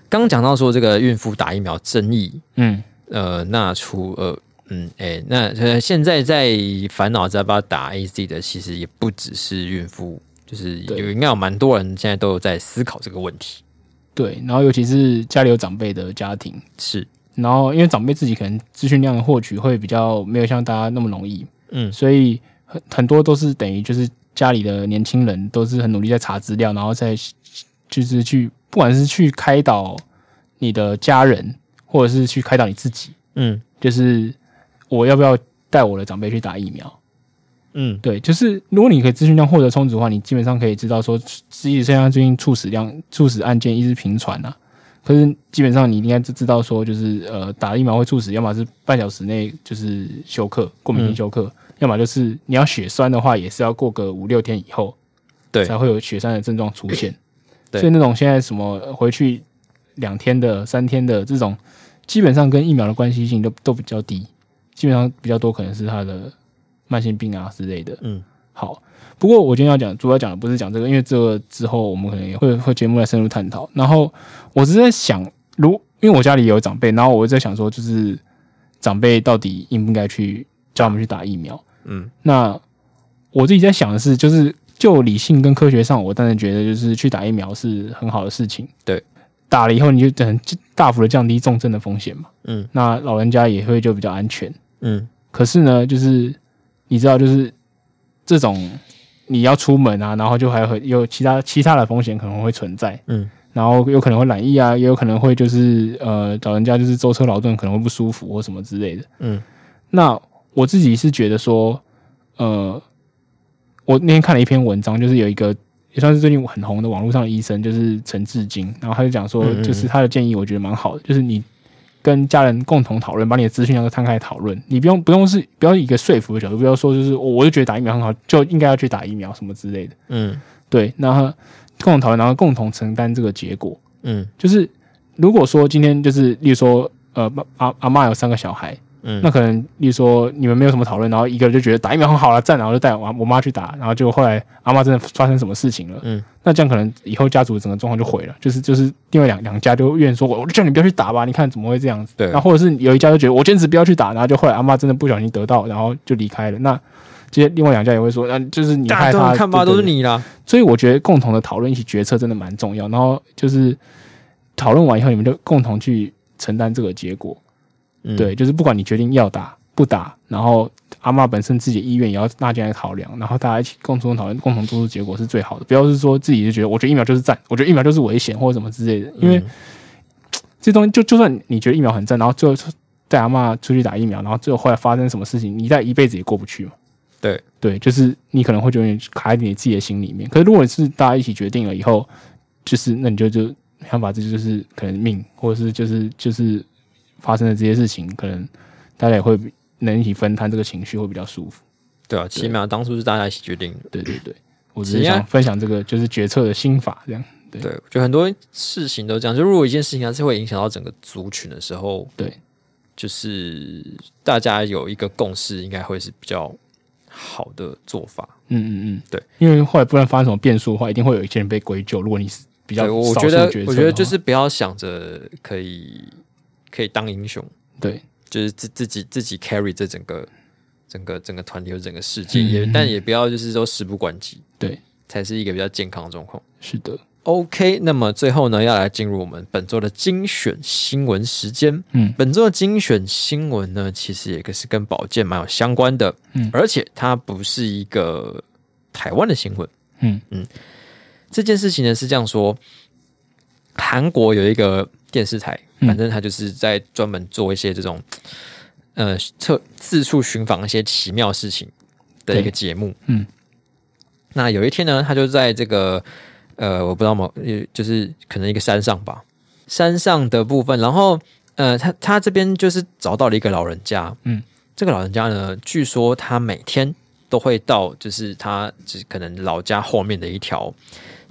刚讲到说这个孕妇打疫苗争议，嗯，呃，那除呃，嗯，哎、那呃，现在在烦恼在不要打 A Z 的，其实也不只是孕妇，就是对有应该有蛮多人现在都有在思考这个问题。对，然后尤其是家里有长辈的家庭。是，然后因为长辈自己可能资讯量的获取会比较没有像大家那么容易，嗯，所以很很多都是等于就是家里的年轻人都是很努力在查资料，然后再就是去不管是去开导你的家人，或者是去开导你自己，嗯，就是我要不要带我的长辈去打疫苗？嗯，对，就是如果你可以资讯量获得充足的话，你基本上可以知道说，即使现在最近猝死量、猝死案件一直频传啊，可是基本上你应该知知道说，就是呃，打疫苗会猝死，要么是半小时内就是休克，过嗯敏性休克，要么就是你要血栓的话，也是要过个五六天以后，对才会有血栓的症状出现。对所以那种现在什么呃回去两天的、三天的这种，基本上跟疫苗的关系性都都比较低，基本上比较多可能是他的慢性病啊之类的。嗯，好。不过我今天要讲，主要讲的不是讲这个，因为这个之后我们可能也会会节目来深入探讨。然后我只是在想，如因为我家里也有长辈，然后我在想说，就是长辈到底应不应该去叫他们去打疫苗？嗯，那我自己在想的是，就是就理性跟科学上，我当然觉得就是去打疫苗是很好的事情。对，打了以后你就很大幅的降低重症的风险嘛。嗯，那老人家也会就比较安全。嗯，可是呢，就是你知道，就是这种你要出门啊，然后就还会有其他其他的风险可能会存在，嗯，然后有可能会染疫啊，也有可能会就是呃，老人家就是舟车劳顿，可能会不舒服或什么之类的。嗯，那我自己是觉得说，呃，我那天看了一篇文章，就是有一个。也算是最近很红的网络上的医生，就是陈志金，然后他就讲说嗯嗯，嗯就是他的建议，我觉得蛮好的，就是你跟家人共同讨论，把你的资讯量都摊开来讨论。你不用不用是不要以一个说服的角度，不要说就是我哦我就觉得打疫苗很好，就应该要去打疫苗什么之类的。嗯，对，然后共同讨论，然后共同承担这个结果。嗯，就是如果说今天就是例如说呃爸阿阿妈有三个小孩，嗯，那可能例如说你们没有什么讨论，然后一个人就觉得打疫苗很好了，赞，然后就带我我妈去打，然后结果后来阿妈真的发生什么事情了，嗯，那这样可能以后家族整个状况就毁了，就是就是另外两两家就怨说，我我就叫你不要去打吧，你看怎么会这样子？对然后或者是有一家就觉得我坚持不要去打，然后就后来阿妈真的不小心得到，然后就离开了，那这些另外两家也会说，那就是你大害家都怕，能看吧，对都对是对你啦。所以我觉得共同的讨论、一起决策真的蛮重要。然后就是讨论完以后，你们就共同去承担这个结果。嗯对，，就是不管你决定要打不打，然后阿嬷本身自己的意愿也要纳进来考量，然后大家一起共同讨论，共同做出结果是最好的。不要是说自己就觉得我觉得疫苗就是赞，我觉得疫苗就是危险或者什么之类的，因为、嗯这东西就就算你觉得疫苗很赞，然后最后带阿嬷出去打疫苗，然后最后后来发生什么事情，你再一辈子也过不去嘛。对对，就是你可能会觉得有点卡在你自己的心里面。可是如果是大家一起决定了以后，就是那你就就没办法，这就是可能命，或者是就是就是发生的这些事情，可能大家也会能一起分摊这个情绪，会比较舒服。对啊，起码当初是大家一起决定的。对对对，我只是行啊想分享这个就是决策的心法，这样对对，就很多事情都这样。就如果一件事情它是会影响到整个族群的时候，对，就是大家有一个共识，应该会是比较好的做法。嗯嗯嗯，对，因为后来不然发生什么变数的话，一定会有一些人被归咎。如果你是比较对，我少觉数得决策的，话我觉得就是不要想着可以可以当英雄，对就是自自己自己 carry 这整个整个整个团体或整个世界，嗯也嗯但也不要就是说事不关己，对，才是一个比较健康的状况。是的， OK，那么最后呢，要来进入我们本周的精选新闻时间。嗯本周的精选新闻呢，其实也是跟保健蛮有相关的，嗯而且它不是一个台湾的新闻。嗯这件事情呢是这样说：韩国有一个电视台，嗯反正它就是在专门做一些这种呃测四处寻访一些奇妙事情的一对个节目。嗯，那有一天呢，他就在这个呃，我不知道某，呃就是可能一个山上吧，山上的部分，然后呃，他他这边就是找到了一个老人家，嗯，这个老人家呢，据说他每天都会到，就是他就是可能老家后面的一条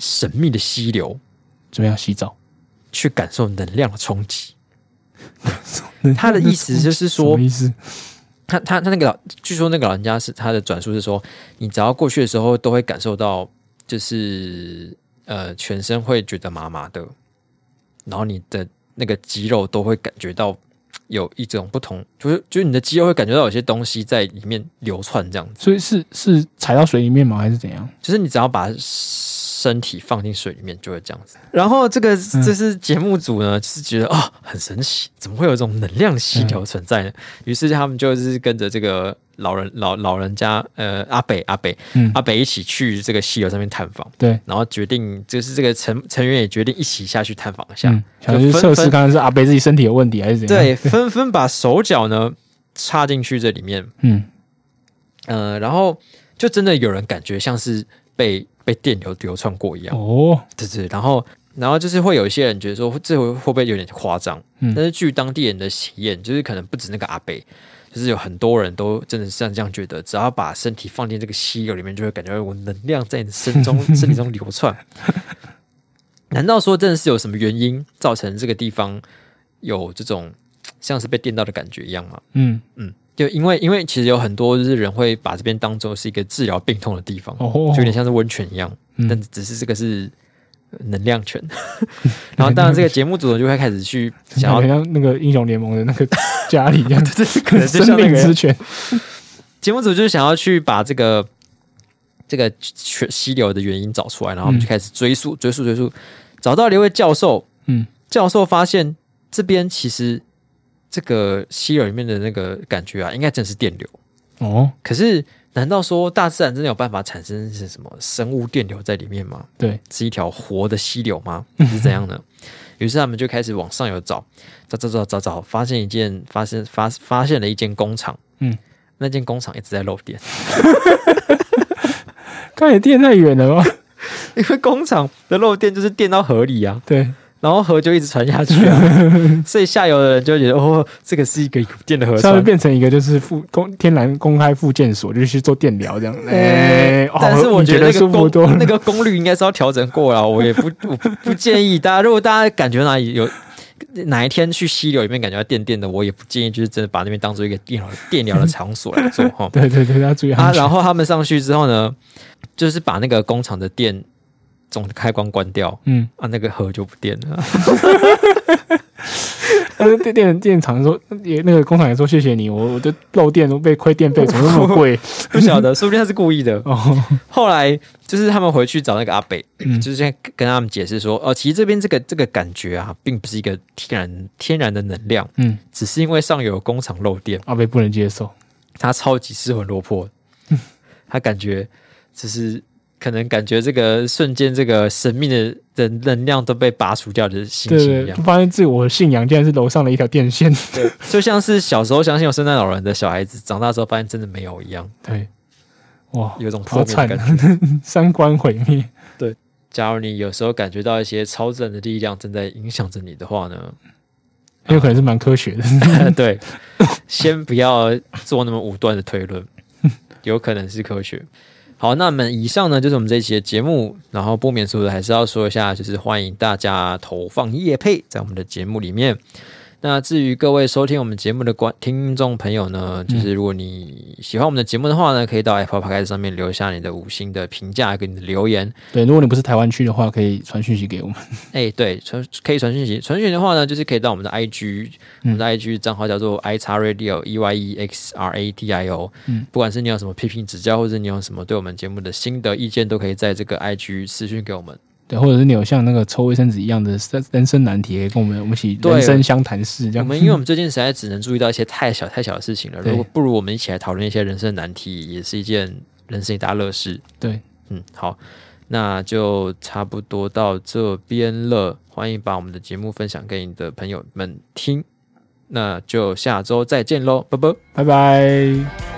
神秘的溪流怎么样洗澡？去感受能量的冲击。他的意思就是什么说，意思？他他他那个老，据说那个老人家是他的转述是说，你只要过去的时候，都会感受到，就是呃，全身会觉得麻麻的，然后你的那个肌肉都会感觉到有一种不同，就是就是你的肌肉会感觉到有些东西在里面流窜，这样子。所以是是踩到水里面吗？还是怎样？就是你只要把身体放进水里面，就会这样子。嗯然后这个这是节目组呢，就是觉得啊、哦很神奇，怎么会有这种能量溪流存在呢？嗯于是他们就是跟着这个老人老老人家呃阿北阿北嗯阿北一起去这个溪流上面探访，对，然后决定就是这个成成员也决定一起下去探访一下，嗯，想就去测纷试看纷看是阿贝自己身体有问题还是怎样？对纷纷把手脚呢插进去这里面，嗯，呃，然后就真的有人感觉像是被被电流流窜过一样。哦，对对，然后然后就是会有一些人觉得说这会会不会有点夸张？嗯但是据当地人的体验，就是可能不止那个阿北，就是有很多人都真的是像这样觉得，只要把身体放进这个溪流里面，就会感觉到有能量在你的身 中身体中流窜。难道说真的是有什么原因造成这个地方有这种像是被电到的感觉一样吗？嗯，嗯，就因为因为其实有很多就是人会把这边当做是一个治疗病痛的地方，哦就有点像是温泉一样，嗯但只是这个是能量泉。 然后当然这个节目组呢就会开始 去想好要，嗯像那个英雄联盟的那个 家里一 样，可能就生像那命之个泉。节目组就是想要去把这个这个泉溪流的原因找出来，然后我们就开始追溯追溯追溯，找到了一位教授，嗯，教授发现这边其实这个溪流里面的那个感觉啊，应该真的是电流。哦，可是，难道说大自然真的有办法产生是什么生物电流在里面吗？对， 是一条活的溪流吗？是怎样呢？于是他们就开始往上游找，找找找找找，发现一件发现发发现了一间工厂，嗯，那间工厂一直在漏电， 看也电太远了吧？因为工厂的漏电就是电到河里啊，对，然后河就一直传下去啊，所以下游的人就会觉得哦，这个是一个有电的河下次川。变成一个就是复公天然公开复健所，就是去做电疗这样。哎，哦但是我你觉觉得那个舒服多功了。那。个功率应该是要调整过了，我也不我不不建议大家。如果大家感觉哪里有哪一天去溪流里面感觉到电电的，我也不建议就是真的把那边当做一个电疗电疗的场所来做哈 对对对，要注意啊，安全然。后他们上去之后呢，就是把那个工厂的电总开关关掉嗯，啊，那个河就不电了。但是电电电厂说，也那个工厂也说谢谢你，我我的漏电都被亏电费怎么那么 贵？不 晓得，说不定他是故意的。哦，后来就是他们回去找那个阿北，嗯就是先跟他们解释说，哦，其实这边这个这个感觉啊，并不是一个天然天然的能量，嗯，只是因为上游工厂漏电，阿贝不能接受。他超级失魂落魄，他感觉就是可能感觉这个瞬间这个神秘的的能量都被拔除掉的心对情一对，样就，发现自我的信仰竟然是楼上的一条电 线。对，就像是小时候相信有圣诞老人的小孩子，长大之后发现真的没有一样。对，哇，有一种好破灭的惨感觉。啊， 三观毁灭。假如你有时候感觉到一些超自然的力量正在影响着你的话呢，啊也有可能是蛮科学 的，对，先不要做那么武断的推论，有可能是科学。好，那么以上呢就是我们这一期的节目，然后不免俗的还是要说一下，就是欢迎大家投放业配在我们的节目里面。那至于各位收听我们节目的观听众朋友呢，就是如果你喜欢我们的节目的话呢，可以到 Apple Podcast 上面留下你的五星的评价跟你的留言。对，如果你不是台湾区的话，可以传讯息给我们。哎、对，传可以传讯息，传讯息的话呢，就是可以到我们的 IG，、我嗯们的 IG 账号叫做 i x radio e y e x r a d i o，、嗯不管是你有什么批评指教，或者你有什么对我们节目的心得意见，都可以在这个 IG 私讯给我们。对，或者是你有像那个抽卫生纸一样的人人生难题，也可以跟我们我们一起对人生相谈室这我样。们因为我们最近实在只能注意到一些太小太小的事情了，对如果不如我们一起来讨论一些人生难题，也是一件人生一大乐事。 对，嗯，好，那就差不多到这边了。欢迎把我们的节目分享给你的朋友们听，那就下周再见喽，拜拜。拜拜。